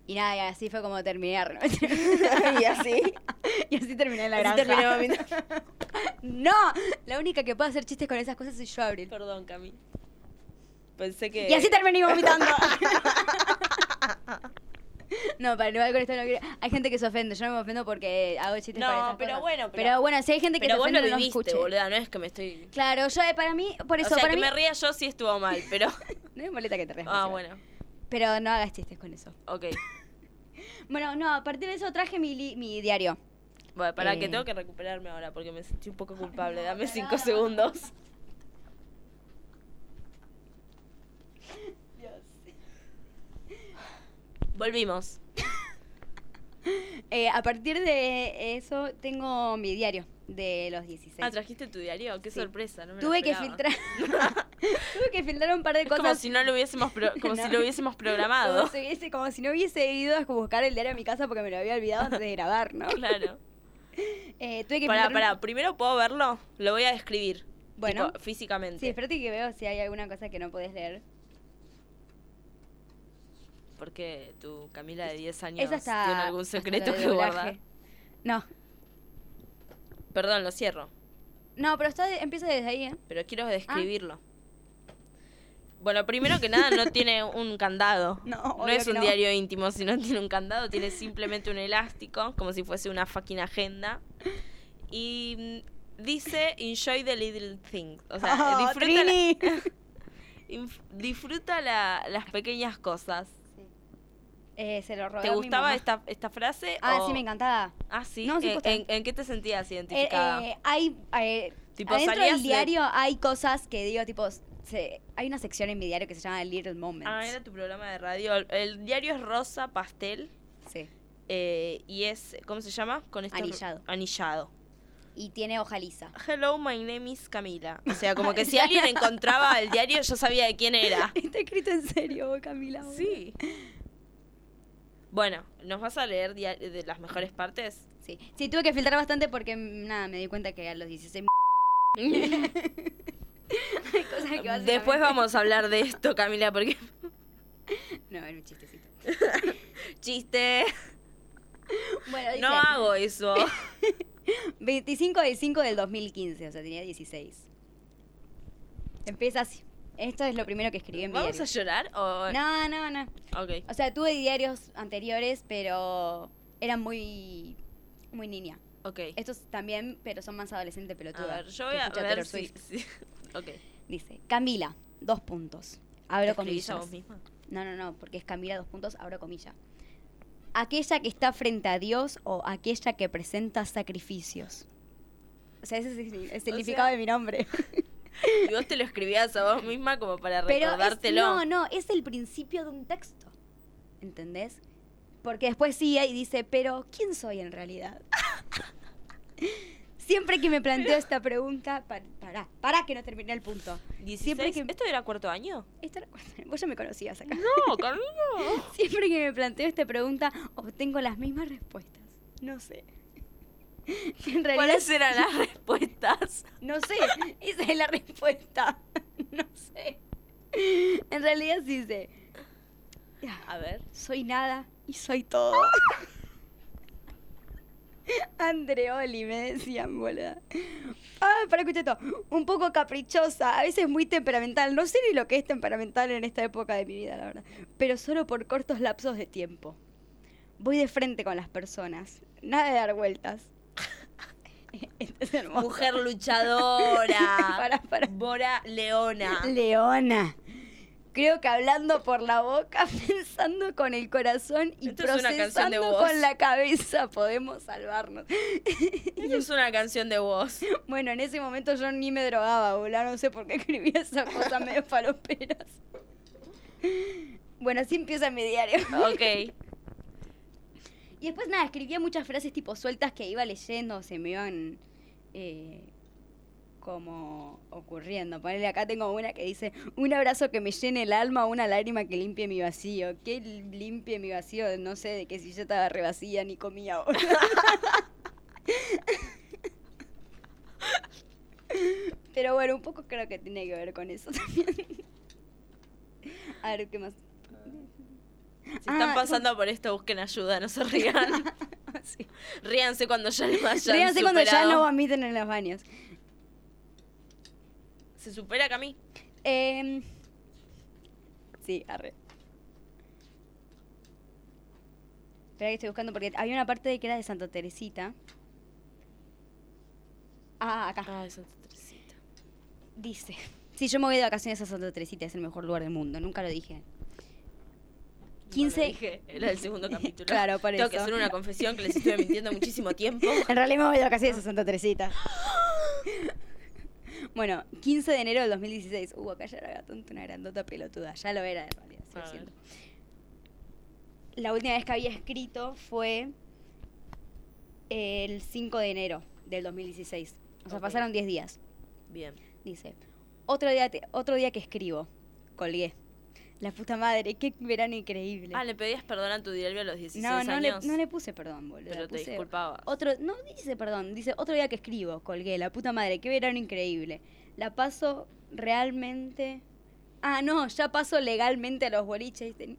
Speaker 6: Y nada, y así fue como terminé. ¿no?
Speaker 5: y así.
Speaker 6: y así terminé en la
Speaker 5: así
Speaker 6: granja.
Speaker 5: terminé mamita.
Speaker 6: No, la única que puede hacer chistes con esas cosas es yo, Abril.
Speaker 5: Perdón, Cami. Pensé que...
Speaker 6: Y así terminé vomitando. No, para igual con esto no quiero. Hay gente que se ofende, yo no me ofendo porque hago chistes
Speaker 5: No,
Speaker 6: con esas
Speaker 5: pero
Speaker 6: cosas.
Speaker 5: bueno, pero-
Speaker 6: pero bueno, si hay gente que
Speaker 5: Pero
Speaker 6: se
Speaker 5: vos lo
Speaker 6: ofende, no
Speaker 5: viviste,
Speaker 6: escuche.
Speaker 5: boluda, no es que me estoy...
Speaker 6: Claro, yo eh, para mí, por eso,
Speaker 5: o sea,
Speaker 6: para
Speaker 5: que
Speaker 6: mí.
Speaker 5: me ría yo sí estuvo mal, pero...
Speaker 6: No me molesta que te rías.
Speaker 5: ah,
Speaker 6: Marcela.
Speaker 5: bueno,
Speaker 6: Pero no hagas chistes con eso.
Speaker 5: ok.
Speaker 6: Bueno, no, a partir de eso traje mi, li- mi diario.
Speaker 5: Bueno, para que
Speaker 6: Eh.
Speaker 5: tengo que recuperarme ahora porque me sentí un poco culpable. Dame cinco segundos. Volvimos.
Speaker 6: Eh, a partir de eso tengo mi diario de los 16.
Speaker 5: Ah, trajiste tu diario. Qué
Speaker 6: Sí.
Speaker 5: sorpresa. No me lo
Speaker 6: Tuve que
Speaker 5: esperaba.
Speaker 6: filtrar. Tuve que filtrar un par de
Speaker 5: Es
Speaker 6: cosas.
Speaker 5: como si no lo hubiésemos, pro- como si
Speaker 6: No.
Speaker 5: lo hubiésemos
Speaker 6: Como
Speaker 5: programado.
Speaker 6: si, hubiese, como si no hubiese ido a buscar el diario a mi casa porque me lo había olvidado antes de grabar, ¿no?
Speaker 5: Claro.
Speaker 6: Eh, tuve que
Speaker 5: Pará,
Speaker 6: filtrar un-
Speaker 5: pará. Primero puedo verlo. Lo voy a describir.
Speaker 6: Bueno.
Speaker 5: tipo, físicamente.
Speaker 6: Sí, espérate que veo si hay alguna cosa que no podés leer.
Speaker 5: Porque tu Camila de 10 años
Speaker 6: Esa está.
Speaker 5: tiene algún
Speaker 6: hasta
Speaker 5: secreto
Speaker 6: lo de
Speaker 5: que guardar.
Speaker 6: doblaje. No.
Speaker 5: Perdón, lo cierro.
Speaker 6: No, pero está de- empieza desde ahí, ¿eh?
Speaker 5: pero quiero describirlo. Bueno, primero que nada, no tiene un candado. no
Speaker 6: No, obvio
Speaker 5: es
Speaker 6: que
Speaker 5: un
Speaker 6: no.
Speaker 5: diario íntimo, si no tiene un candado, tiene simplemente un elástico, como si fuese una fucking agenda. Y mm, dice, enjoy the little things. O sea,
Speaker 6: Oh,
Speaker 5: disfruta, la-
Speaker 6: Trini.
Speaker 5: inf- disfruta la- las pequeñas cosas.
Speaker 6: Eh, se lo robé
Speaker 5: ¿Te
Speaker 6: a mi
Speaker 5: gustaba
Speaker 6: mamá.
Speaker 5: esta, esta frase?
Speaker 6: Ah,
Speaker 5: o-
Speaker 6: sí, me encantaba.
Speaker 5: Ah, sí.
Speaker 6: No, sí,
Speaker 5: ¿En-
Speaker 6: posta.
Speaker 5: en, en qué te sentías
Speaker 6: Eh,
Speaker 5: identificada?
Speaker 6: eh, hay, eh,
Speaker 5: Tipo,
Speaker 6: adentro
Speaker 5: salías
Speaker 6: del
Speaker 5: de-
Speaker 6: diario hay cosas que digo, tipo, se- hay una sección en mi diario que se llama Little Moments.
Speaker 5: ah, era tu programa de radio. El diario es rosa, pastel.
Speaker 6: Sí.
Speaker 5: Eh, y es, ¿cómo se llama? Con estos-
Speaker 6: Anillado.
Speaker 5: Anillado.
Speaker 6: Y tiene hoja lisa.
Speaker 5: Hello, my name is Camila. O sea, como que si alguien encontraba el diario, yo sabía de quién era.
Speaker 6: Está escrito en serio, Camila.
Speaker 5: Sí. Bueno, ¿nos vas a leer dia- de las mejores partes?
Speaker 6: Sí. Sí, tuve que filtrar bastante porque, mm, nada, me di cuenta que a los 16 hay cosas que básicamente-
Speaker 5: Después vamos a hablar de esto, Camila, porque
Speaker 6: No, era un chistecito.
Speaker 5: chiste.
Speaker 6: Bueno, dice,
Speaker 5: No hago eso.
Speaker 6: 25 de 5 del 2015, o sea, tenía 16. Empieza así. Esto es lo primero que escribí en mi
Speaker 5: ¿Vamos a
Speaker 6: diario.
Speaker 5: llorar? O...
Speaker 6: No, no, no.
Speaker 5: Ok.
Speaker 6: O sea, tuve diarios anteriores, pero eran muy muy niña.
Speaker 5: Ok.
Speaker 6: Estos también, pero son más adolescentes
Speaker 5: A
Speaker 6: pelotuda.
Speaker 5: ver, yo
Speaker 6: que
Speaker 5: voy a
Speaker 6: escucha
Speaker 5: ver
Speaker 6: Taylor
Speaker 5: si...
Speaker 6: Swift.
Speaker 5: si- Ok.
Speaker 6: Dice, Camila, dos puntos.
Speaker 5: ¿Te
Speaker 6: Abro
Speaker 5: escribís a
Speaker 6: comillas.
Speaker 5: vos misma?
Speaker 6: No, no, no, porque es Camila, dos puntos, abro comillas. Aquella que está frente a Dios o aquella que presenta sacrificios. O sea, ese es el significado
Speaker 5: sea-
Speaker 6: de mi nombre.
Speaker 5: Y vos te lo escribías a vos misma como para
Speaker 6: Pero es-
Speaker 5: recordártelo.
Speaker 6: no, no, es el principio de un texto. ¿Entendés? Porque después sigue y dice, pero ¿quién soy en realidad? Siempre que me planteo esta pregunta, pa- pará, pará que no terminé el punto.
Speaker 5: 16,
Speaker 6: Siempre que-
Speaker 5: ¿Esto era cuarto año?
Speaker 6: Esto era- vos ya me conocías acá.
Speaker 5: No, Carlina.
Speaker 6: Siempre que me planteo esta pregunta, obtengo las mismas respuestas. No sé. En realidad,
Speaker 5: ¿Cuáles eran las respuestas?
Speaker 6: No sé, esa es la respuesta. No sé. En realidad sí sé.
Speaker 5: A ver.
Speaker 6: Soy nada y soy todo. Andreoli, me decían, boluda. Ah, para escuchar esto. Un poco caprichosa, a veces muy temperamental. No sé ni lo que es temperamental en esta época de mi vida, la verdad. Pero solo por cortos lapsos de tiempo. Voy de frente con las personas. Nada de dar vueltas. Esto es hermoso.
Speaker 5: Mujer luchadora.
Speaker 6: Pará, pará.
Speaker 5: Bora Leona.
Speaker 6: Leona. Creo que hablando por la boca, pensando con el corazón y
Speaker 5: Esto es una canción de
Speaker 6: procesando
Speaker 5: voz.
Speaker 6: con la cabeza podemos salvarnos.
Speaker 5: Esto es una canción de voz.
Speaker 6: Bueno, en ese momento yo ni me drogaba, boludo. No sé por qué escribía esas cosas medio faloperas. Bueno, así empieza mi diario.
Speaker 5: Ok.
Speaker 6: Y después nada, escribía muchas frases tipo sueltas que iba leyendo, se me iban eh, como ocurriendo. Ponele, acá tengo una que dice, un abrazo que me llene el alma, una lágrima que limpie mi vacío. ¿Qué limpie mi vacío? No sé, de que si yo estaba re vacía ni comía ahora. Pero bueno, un poco creo que tiene que ver con eso también. A ver, ¿qué más?
Speaker 5: Si están
Speaker 6: Ah,
Speaker 5: pasando por esto, busquen ayuda, no se rían.
Speaker 6: Sí.
Speaker 5: Ríanse cuando ya lo hayan
Speaker 6: Ríanse cuando ya
Speaker 5: superado.
Speaker 6: no vomiten en los baños.
Speaker 5: Se supera Cami.
Speaker 6: Em, sí, arre. Espera que estoy buscando porque había una parte de que era de Santa Teresita. Ah, acá.
Speaker 5: Ay, Santa Teresita.
Speaker 6: Dice. Sí, yo me voy de vacaciones a Santa Teresita, es el mejor lugar del mundo. Nunca lo dije. 15.
Speaker 5: No lo dije, era el segundo capítulo.
Speaker 6: Claro, por
Speaker 5: Tengo que
Speaker 6: eso.
Speaker 5: hacer una confesión que les estuve mintiendo muchísimo tiempo.
Speaker 6: En realidad me voy de vacaciones a Santa Teresita. Bueno, 15 de enero del 2016. Uh, acá ya era tonto, una grandota pelotuda. Ya lo era en realidad, sigo
Speaker 5: A ver.
Speaker 6: siendo. La última vez que había escrito fue el 5 de enero del 2016. O sea,
Speaker 5: Ok.
Speaker 6: pasaron 10 días.
Speaker 5: Bien.
Speaker 6: Dice, otro día, te- otro día que escribo. Colgué. La puta madre, qué verano increíble.
Speaker 5: Ah, le pedías perdón a tu diario a los 16
Speaker 6: no, no le,
Speaker 5: años.
Speaker 6: no le puse perdón, boludo.
Speaker 5: Pero te
Speaker 6: puse
Speaker 5: disculpabas.
Speaker 6: Otro, no dice perdón, dice otro día que escribo, colgué, la puta madre, qué verano increíble. La paso realmente. Ah, no, ya paso legalmente a los boliches. Ten-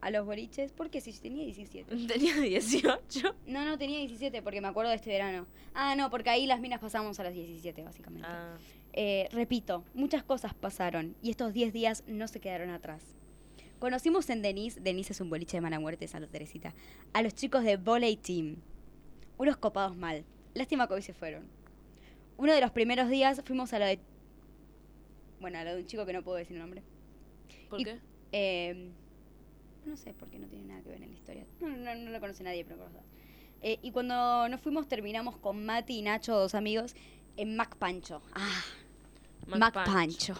Speaker 6: A los boliches, porque si yo tenía 17.
Speaker 5: Tenía 18.
Speaker 6: No, no, tenía 17 porque me acuerdo de este verano. Ah, no, porque ahí las minas pasamos a las 17, básicamente.
Speaker 5: Ah,
Speaker 6: Eh, repito, muchas cosas pasaron y estos 10 días no se quedaron atrás. Conocimos en Denise, Denise es un boliche de mala muerte, Santa Teresita, a los chicos de Volley Team. Unos copados mal. Lástima que hoy se fueron. Uno de los primeros días fuimos a lo de... Bueno, a lo de un chico que no puedo decir el nombre.
Speaker 5: ¿Por
Speaker 6: Y-
Speaker 5: qué? Em,
Speaker 6: Eh, no sé por qué no tiene nada que ver en la historia. No, no, no lo conoce nadie, pero conozco. Eh, y cuando nos fuimos terminamos con Mati y Nacho, dos amigos, en Mac Pancho. Ah,
Speaker 5: Mac
Speaker 6: Mac
Speaker 5: Pancho.
Speaker 6: Pancho.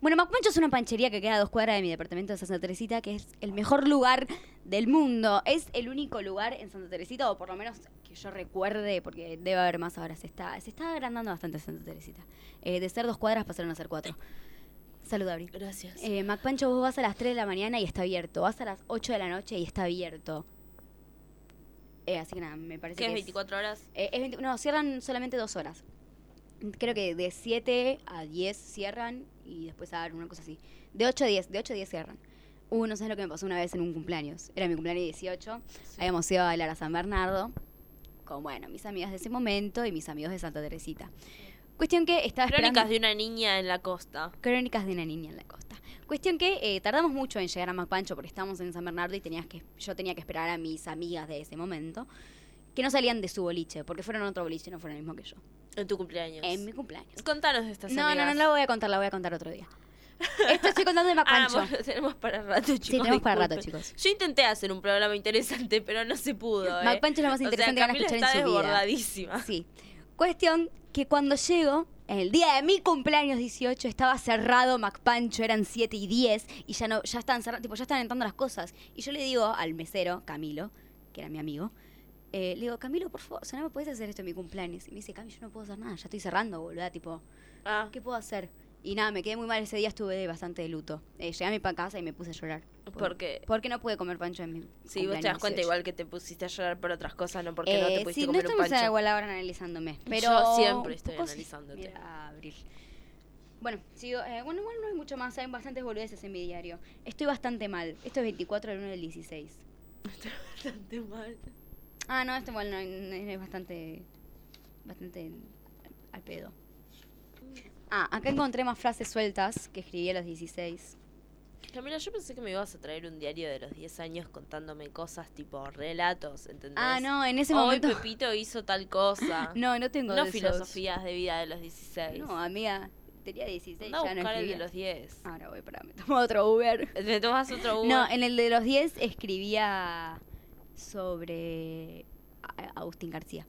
Speaker 6: Bueno, Mac Pancho es una panchería que queda a dos cuadras de mi departamento de Santa Teresita, que es el mejor lugar del mundo. Es el único lugar en Santa Teresita, o por lo menos que yo recuerde, porque debe haber más ahora. Se está, se está agrandando bastante Santa Teresita. Eh, de ser dos cuadras pasaron a ser cuatro. Salud, Abril.
Speaker 5: Gracias.
Speaker 6: Eh, MacPancho, vos vas a las 3 de la mañana y está abierto. Vas a las 8 de la noche y está abierto. Eh, así que nada, me parece
Speaker 5: ¿Qué
Speaker 6: que
Speaker 5: es
Speaker 6: es-
Speaker 5: 24 horas?
Speaker 6: Eh, es 20 no, cierran solamente dos horas. Creo que de 7 a 10 cierran y después abren una cosa así. De 8 a 10, de 8 a 10 cierran. Uh, no sabes lo que me pasó una vez en un cumpleaños. Era mi cumpleaños 18. Habíamos ido a bailar a San Bernardo con, bueno, mis amigas de ese momento y mis amigos de Santa Teresita. Cuestión que estaba esperando...
Speaker 5: Crónicas de una niña en la costa.
Speaker 6: Crónicas de una niña en la costa. Cuestión que eh, tardamos mucho en llegar a Macpancho porque estábamos en San Bernardo y tenías que, yo tenía que esperar a mis amigas de ese momento que no salían de su boliche, porque fueron a otro boliche, no fueron el mismo que yo.
Speaker 5: En tu cumpleaños.
Speaker 6: En mi cumpleaños.
Speaker 5: Contanos de estas
Speaker 6: No, no,
Speaker 5: amigas.
Speaker 6: no la voy a contar, la voy a contar otro día. Esto estoy contando de
Speaker 5: Ah,
Speaker 6: Macpancho.
Speaker 5: bueno, tenemos para rato, chicos.
Speaker 6: tenemos para rato,
Speaker 5: disculpen.
Speaker 6: chicos.
Speaker 5: Yo intenté hacer un programa interesante, pero no se pudo. ¿eh?
Speaker 6: Macpancho es lo más
Speaker 5: O sea,
Speaker 6: interesante que van a
Speaker 5: Camila
Speaker 6: escuchar en
Speaker 5: está
Speaker 6: su vida.
Speaker 5: desbordadísima.
Speaker 6: Sí. Cuestión que cuando llego, El día de mi cumpleaños 18 estaba cerrado MacPancho, eran 7 y 10 y ya no, ya están cerra- tipo, ya están entrando las cosas. Y yo le digo al mesero, Camilo, que era mi amigo, eh, le digo, Camilo, por favor, o sea, no me puedes hacer esto en mi cumpleaños. Y me dice, Camilo, yo no puedo hacer nada, ya estoy cerrando, boluda, tipo,
Speaker 5: Ah,
Speaker 6: ¿qué puedo hacer? Y nada, me quedé muy mal ese día, estuve de bastante de luto. Eh, llegué a mi pa- casa y me puse a llorar.
Speaker 5: ¿Por qué?
Speaker 6: Porque no pude comer pancho en mi
Speaker 5: sí, vos te das
Speaker 6: cumpleaños
Speaker 5: cuenta
Speaker 6: 18.
Speaker 5: igual que te pusiste a llorar por otras cosas, no porque no
Speaker 6: Eh,
Speaker 5: te pudiste
Speaker 6: sí,
Speaker 5: comer
Speaker 6: no
Speaker 5: un
Speaker 6: estamos
Speaker 5: pancho.
Speaker 6: igual ahora analizándome. Pero
Speaker 5: Yo siempre estoy
Speaker 6: un poco sí.
Speaker 5: analizándote.
Speaker 6: Mira, Abril. Bueno, sigo, eh, bueno, igual no hay mucho más, hay bastantes boludeces en mi diario. Estoy bastante mal. Esto es 24 del 1 del 16.
Speaker 5: Bastante mal.
Speaker 6: Ah, no, esto igual no, no- no es bastante. bastante al pedo. Ah, acá encontré más frases sueltas que escribí a los 16.
Speaker 5: Camila, yo pensé que me ibas a traer un diario de los 10 años contándome cosas tipo relatos, ¿entendés?
Speaker 6: Ah, no, en ese
Speaker 5: Hoy
Speaker 6: momento.
Speaker 5: Pepito hizo tal cosa.
Speaker 6: No, no tengo
Speaker 5: No
Speaker 6: de esos.
Speaker 5: filosofías de vida de los 16.
Speaker 6: No, amiga, tenía 16.
Speaker 5: Andá a
Speaker 6: ya no
Speaker 5: buscar el de
Speaker 6: escribía.
Speaker 5: los 10.
Speaker 6: Ahora voy, pará, me tomo otro Uber.
Speaker 5: ¿Te tomas otro Uber?
Speaker 6: No, en el de los 10 escribía sobre a- Agustín García.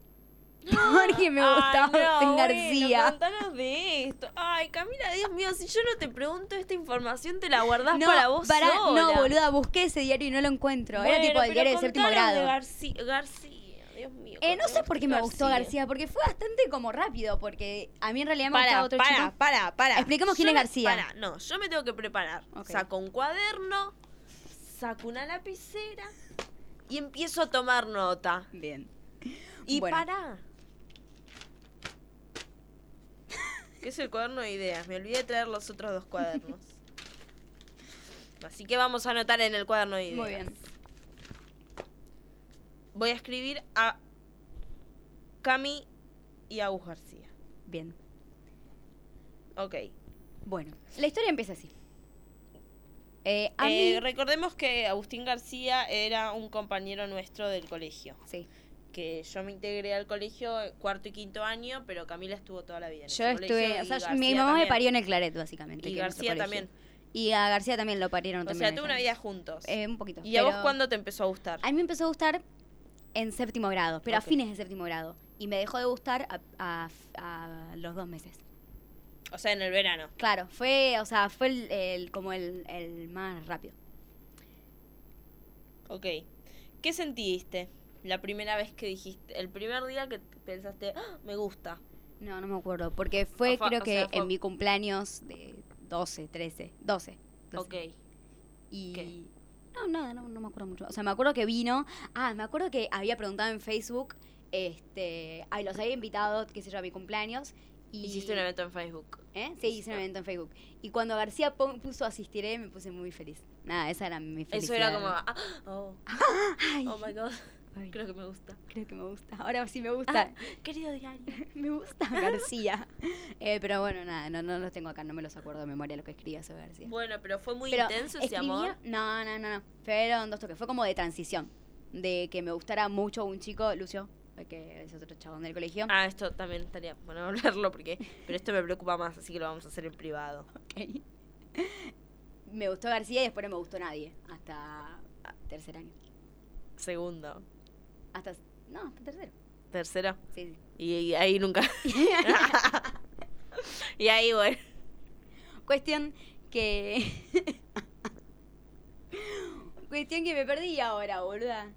Speaker 6: Porque me
Speaker 5: Ay,
Speaker 6: gustaba
Speaker 5: no,
Speaker 6: Agustín
Speaker 5: bueno,
Speaker 6: García.
Speaker 5: contanos de esto. Ay, Camila, Dios mío, si yo no te pregunto esta información, te la guardás
Speaker 6: No,
Speaker 5: para vos
Speaker 6: pará,
Speaker 5: sola.
Speaker 6: no, boluda, busqué ese diario y no lo encuentro. Era
Speaker 5: Bueno,
Speaker 6: tipo el
Speaker 5: pero
Speaker 6: diario de séptimo
Speaker 5: contanos
Speaker 6: grado.
Speaker 5: de García, García, Dios mío.
Speaker 6: Eh, no
Speaker 5: contanos
Speaker 6: sé por qué me gustó
Speaker 5: García.
Speaker 6: García, porque fue bastante como rápido, porque a mí en realidad me gustaba
Speaker 5: Para,
Speaker 6: otro
Speaker 5: para,
Speaker 6: chico.
Speaker 5: para, para.
Speaker 6: Expliquemos quién
Speaker 5: Yo
Speaker 6: es
Speaker 5: me-
Speaker 6: García.
Speaker 5: Para, no, yo me tengo que preparar.
Speaker 6: Ok.
Speaker 5: Saco un cuaderno, saco una lapicera y empiezo a tomar nota.
Speaker 6: Bien.
Speaker 5: Y
Speaker 6: Bueno.
Speaker 5: para. ¿Qué es el cuaderno de ideas? Me olvidé de traer los otros dos cuadernos. Así que vamos a anotar en el cuaderno de ideas.
Speaker 6: Muy bien.
Speaker 5: Voy a escribir a Cami y a Agus García.
Speaker 6: Bien.
Speaker 5: Ok.
Speaker 6: Bueno, la historia empieza así. Eh, a
Speaker 5: Eh,
Speaker 6: mí-
Speaker 5: Recordemos que Agustín García era un compañero nuestro del colegio.
Speaker 6: Sí.
Speaker 5: Que yo me integré al colegio en cuarto y quinto año, pero Camila estuvo toda la vida en
Speaker 6: Yo
Speaker 5: ese colegio
Speaker 6: estuve, o
Speaker 5: y
Speaker 6: sea, yo-
Speaker 5: García
Speaker 6: mi mamá me
Speaker 5: también.
Speaker 6: parió en el Claret, básicamente.
Speaker 5: Y
Speaker 6: que es nuestro
Speaker 5: García
Speaker 6: colegio.
Speaker 5: también.
Speaker 6: Y a García también lo parieron
Speaker 5: O
Speaker 6: también.
Speaker 5: sea,
Speaker 6: en
Speaker 5: tuve
Speaker 6: el
Speaker 5: una vida
Speaker 6: Claret.
Speaker 5: juntos.
Speaker 6: Eh, un poquito.
Speaker 5: ¿Y a
Speaker 6: pero-
Speaker 5: vos cuándo te empezó a gustar?
Speaker 6: A mí me empezó a gustar en séptimo grado, pero
Speaker 5: Ok.
Speaker 6: a fines de séptimo grado. Y me dejó de gustar a, a- a los dos meses.
Speaker 5: O sea, en el verano.
Speaker 6: Claro, fue, o sea, fue el, el- como el, el más rápido.
Speaker 5: Ok. ¿Qué sentiste la primera vez que dijiste, el primer día que pensaste, "Ah, me gusta?
Speaker 6: No, no me acuerdo, porque fue,
Speaker 5: O fue-
Speaker 6: creo
Speaker 5: Ah, o
Speaker 6: que
Speaker 5: sea, fue-
Speaker 6: en mi cumpleaños de 12, 13, 12. 12.
Speaker 5: Ok.
Speaker 6: Y
Speaker 5: ¿Qué?
Speaker 6: no, nada, no, no me acuerdo mucho. O sea, me acuerdo que vino. Ah, me acuerdo que había preguntado en Facebook, este, ay, los había invitado, qué sé yo, a mi cumpleaños. Y,
Speaker 5: Hiciste un evento en Facebook.
Speaker 6: ¿Eh? Sí, hice un evento en Facebook. Y cuando García pon- puso asistiré, me puse muy feliz. Nada, esa era mi
Speaker 5: Eso
Speaker 6: felicidad.
Speaker 5: era como, "Ah, oh,
Speaker 6: Ay,
Speaker 5: oh my god,
Speaker 6: ay, creo...
Speaker 5: creo que me gusta.
Speaker 6: que me gusta. Ahora sí me gusta.
Speaker 5: Querido diario.
Speaker 6: me gusta
Speaker 5: Ah.
Speaker 6: García. Eh, pero bueno, nada, no, no los tengo acá, no me los acuerdo de memoria lo que escribía sobre García.
Speaker 5: Bueno, pero fue muy
Speaker 6: Pero
Speaker 5: intenso ese
Speaker 6: escribía-
Speaker 5: amor.
Speaker 6: No, no, no, no. Fueron dos toques. Fue como de transición. De que me gustara mucho un chico, Lucio, que es otro chabón del colegio.
Speaker 5: Ah, esto también estaría bueno hablarlo porque, pero esto me preocupa más, así que lo vamos a hacer en privado.
Speaker 6: Ok. Me gustó García y después no me gustó nadie. Hasta tercer año.
Speaker 5: Segundo,
Speaker 6: Hasta. No, hasta tercero.
Speaker 5: tercero
Speaker 6: Sí,
Speaker 5: y, y ahí nunca.
Speaker 6: sí.
Speaker 5: y ahí bueno.
Speaker 6: Cuestión que. Cuestión que me perdí ahora, boluda.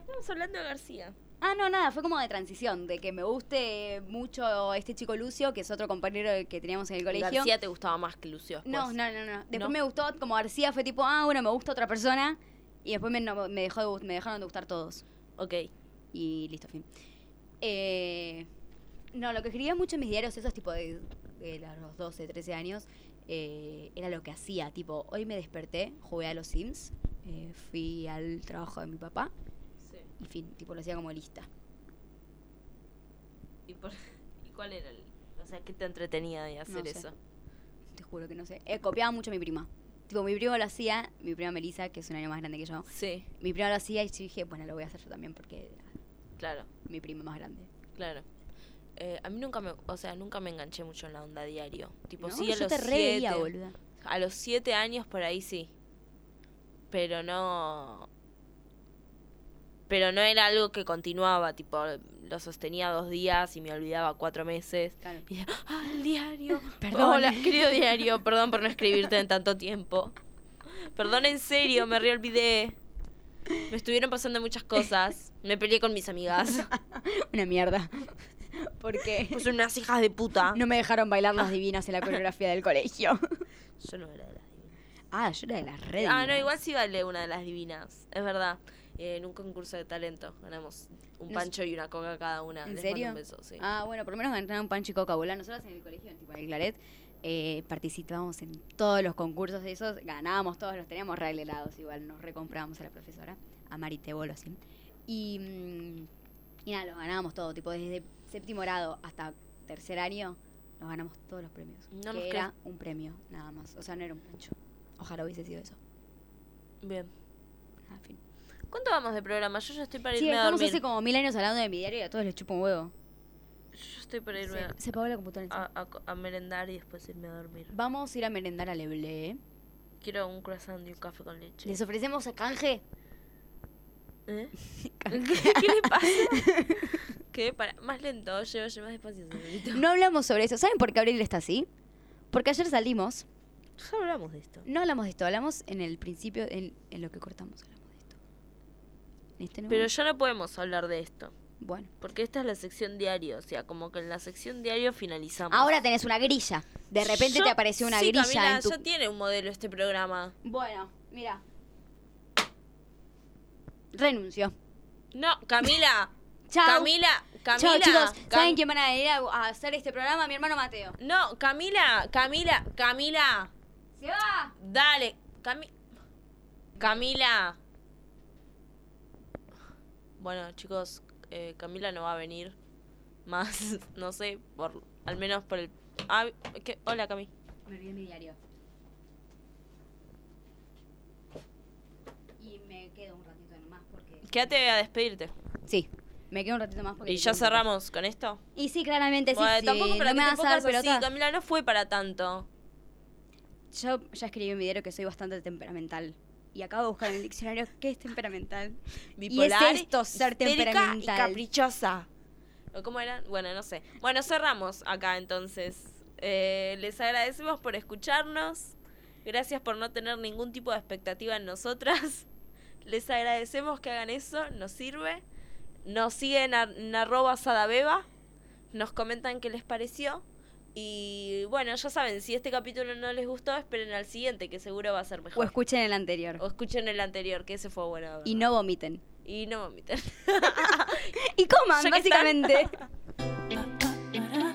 Speaker 5: Estamos hablando de García.
Speaker 6: Ah, no, nada, fue como de transición, de que me guste mucho este chico Lucio, que es otro compañero que teníamos en el colegio.
Speaker 5: García te gustaba más que Lucio. después.
Speaker 6: No, no, no, no. Después
Speaker 5: ¿No?
Speaker 6: me gustó, como García fue tipo, ah, bueno, me gusta otra persona. Y después me, no- me dejó de gust- me dejaron de gustar todos.
Speaker 5: Ok.
Speaker 6: Y listo, fin. Eh, no, lo que escribía mucho en mis diarios, esos tipo de, de los 12, 13 años, eh, era lo que hacía. Tipo, hoy me desperté, jugué a los Sims, eh, fui al trabajo de mi papá,
Speaker 5: Sí.
Speaker 6: y fin, tipo, lo hacía como lista.
Speaker 5: ¿Y, por- y cuál era el.? O sea, ¿qué te entretenía de hacer
Speaker 6: sé.
Speaker 5: eso?
Speaker 6: Te juro que no sé. Eh, copiaba mucho a mi prima. Tipo, mi prima lo hacía, mi prima Melissa, que es un año más grande que yo,
Speaker 5: Sí,
Speaker 6: mi prima lo hacía y yo dije, bueno, lo voy a hacer yo también porque
Speaker 5: claro,
Speaker 6: mi prima más grande.
Speaker 5: claro. Eh, a mí nunca me. O sea, nunca me enganché mucho en la onda diario. Tipo,
Speaker 6: No,
Speaker 5: sí, a
Speaker 6: yo
Speaker 5: los
Speaker 6: te re veía,
Speaker 5: siete-
Speaker 6: boluda.
Speaker 5: A los siete años por ahí sí. Pero no. Pero no era algo que continuaba, tipo, lo sostenía dos días y me olvidaba cuatro meses.
Speaker 6: Claro.
Speaker 5: Y decía, ah, el diario.
Speaker 6: Perdón.
Speaker 5: Hola, querido diario, perdón por no escribirte en tanto tiempo. Perdón, en serio, me reolvidé. Me estuvieron pasando muchas cosas. Me peleé con mis amigas.
Speaker 6: Una mierda. Porque
Speaker 5: Pues son unas hijas de puta.
Speaker 6: no me dejaron bailar las divinas en la coreografía del colegio.
Speaker 5: Yo no era de las divinas.
Speaker 6: Ah, yo era de las redes.
Speaker 5: Ah, no, igual sí vale una de las divinas. Es verdad. Eh, en un concurso de talento ganamos un
Speaker 6: Nos-
Speaker 5: pancho y una coca cada una.
Speaker 6: ¿En
Speaker 5: Les
Speaker 6: serio?
Speaker 5: mando un beso, sí.
Speaker 6: Ah, bueno, por lo menos ganaron pan chico cabola. Nosotros en el colegio, en tipo el Claret, eh, participábamos en todos los concursos de esos, ganábamos todos, los teníamos reglerados igual, nos recomprábamos a la profesora, a Marite Bolo, sí. Y, mm, y nada, los ganábamos todo, tipo desde séptimo grado hasta tercer año, nos ganamos todos los premios.
Speaker 5: No nos
Speaker 6: que era un premio, nada más. O sea, no era un pancho. Ojalá hubiese sido eso.
Speaker 5: Bien.
Speaker 6: Ah, en fin.
Speaker 5: ¿Cuánto vamos de programa? Yo ya estoy para
Speaker 6: Sí,
Speaker 5: irme a
Speaker 6: estamos
Speaker 5: dormir.
Speaker 6: hace como mil años hablando de mi diario y a todos les chupo un huevo.
Speaker 5: Yo estoy para irme
Speaker 6: Se,
Speaker 5: a-
Speaker 6: se apagó la computadora. encima.
Speaker 5: a, a co- a merendar y después irme a dormir.
Speaker 6: Vamos a ir a merendar al Eble.
Speaker 5: Quiero un croissant y un café con leche.
Speaker 6: Les ofrecemos a canje.
Speaker 5: ¿Eh? ¿Qué, qué le pasa? ¿Qué? Para, más lento, llevo, llevo más despacio, señorito.
Speaker 6: No hablamos sobre eso. ¿Saben por qué Abril está así? Porque ayer salimos,
Speaker 5: Ya hablamos de esto.
Speaker 6: no hablamos de esto, hablamos en el principio, en, en lo que cortamos, hablamos de esto. En este no.
Speaker 5: Pero ya no podemos hablar de esto.
Speaker 6: bueno.
Speaker 5: Porque esta es la sección diario. O sea, como que en la sección diario finalizamos.
Speaker 6: Ahora tenés una grilla. De repente
Speaker 5: Yo-
Speaker 6: te apareció una
Speaker 5: sí,
Speaker 6: grilla
Speaker 5: Camila,
Speaker 6: en tu.
Speaker 5: ya tiene un modelo este programa.
Speaker 6: Bueno, mira. Renuncio.
Speaker 5: No, Camila.
Speaker 6: Chao.
Speaker 5: Camila. Camila.
Speaker 6: Chao, chicos. ¿Saben
Speaker 5: Cam-
Speaker 6: quién van a ir a a hacer este programa? Mi hermano Mateo.
Speaker 5: No, Camila. Camila. Camila.
Speaker 6: ¡Se va!
Speaker 5: Dale, Cami... Camila. Bueno, chicos, eh, Camila no va a venir más, no sé, por al menos por el... Ah, ¿qué? Hola, Cami.
Speaker 6: Me olvidé mi diario. Y me quedo un ratito nomás porque.
Speaker 5: Quédate a despedirte.
Speaker 6: Sí, me quedo un ratito más porque.
Speaker 5: Y ya cerramos con esto.
Speaker 6: Y sí, claramente sí.
Speaker 5: Bueno,
Speaker 6: sí,
Speaker 5: tampoco para
Speaker 6: no me
Speaker 5: que te
Speaker 6: vas a dar
Speaker 5: pongas así,
Speaker 6: pelota.
Speaker 5: Camila, no fue para tanto.
Speaker 6: Yo ya escribí en mi diario que soy bastante temperamental. Y acabo de buscar en el diccionario qué es temperamental.
Speaker 5: Bipolar,
Speaker 6: y es esto, ser eh.
Speaker 5: histérica
Speaker 6: temperamental.
Speaker 5: y caprichosa. ¿O ¿Cómo era? Bueno, no sé. Bueno, cerramos acá entonces. Eh, les agradecemos por escucharnos. Gracias por no tener ningún tipo de expectativa en nosotras. Les agradecemos que hagan eso, nos sirve. Nos siguen a- en arroba sadabeba. Nos comentan qué les pareció. Y bueno, ya saben, si este capítulo no les gustó, esperen al siguiente, que seguro va a ser
Speaker 6: O
Speaker 5: mejor.
Speaker 6: escuchen el anterior.
Speaker 5: O escuchen el anterior, que ese fue bueno. de
Speaker 6: Y
Speaker 5: verdad.
Speaker 6: no vomiten.
Speaker 5: Y no vomiten.
Speaker 6: Y coman,
Speaker 5: Ya que están.
Speaker 6: básicamente.
Speaker 7: Para,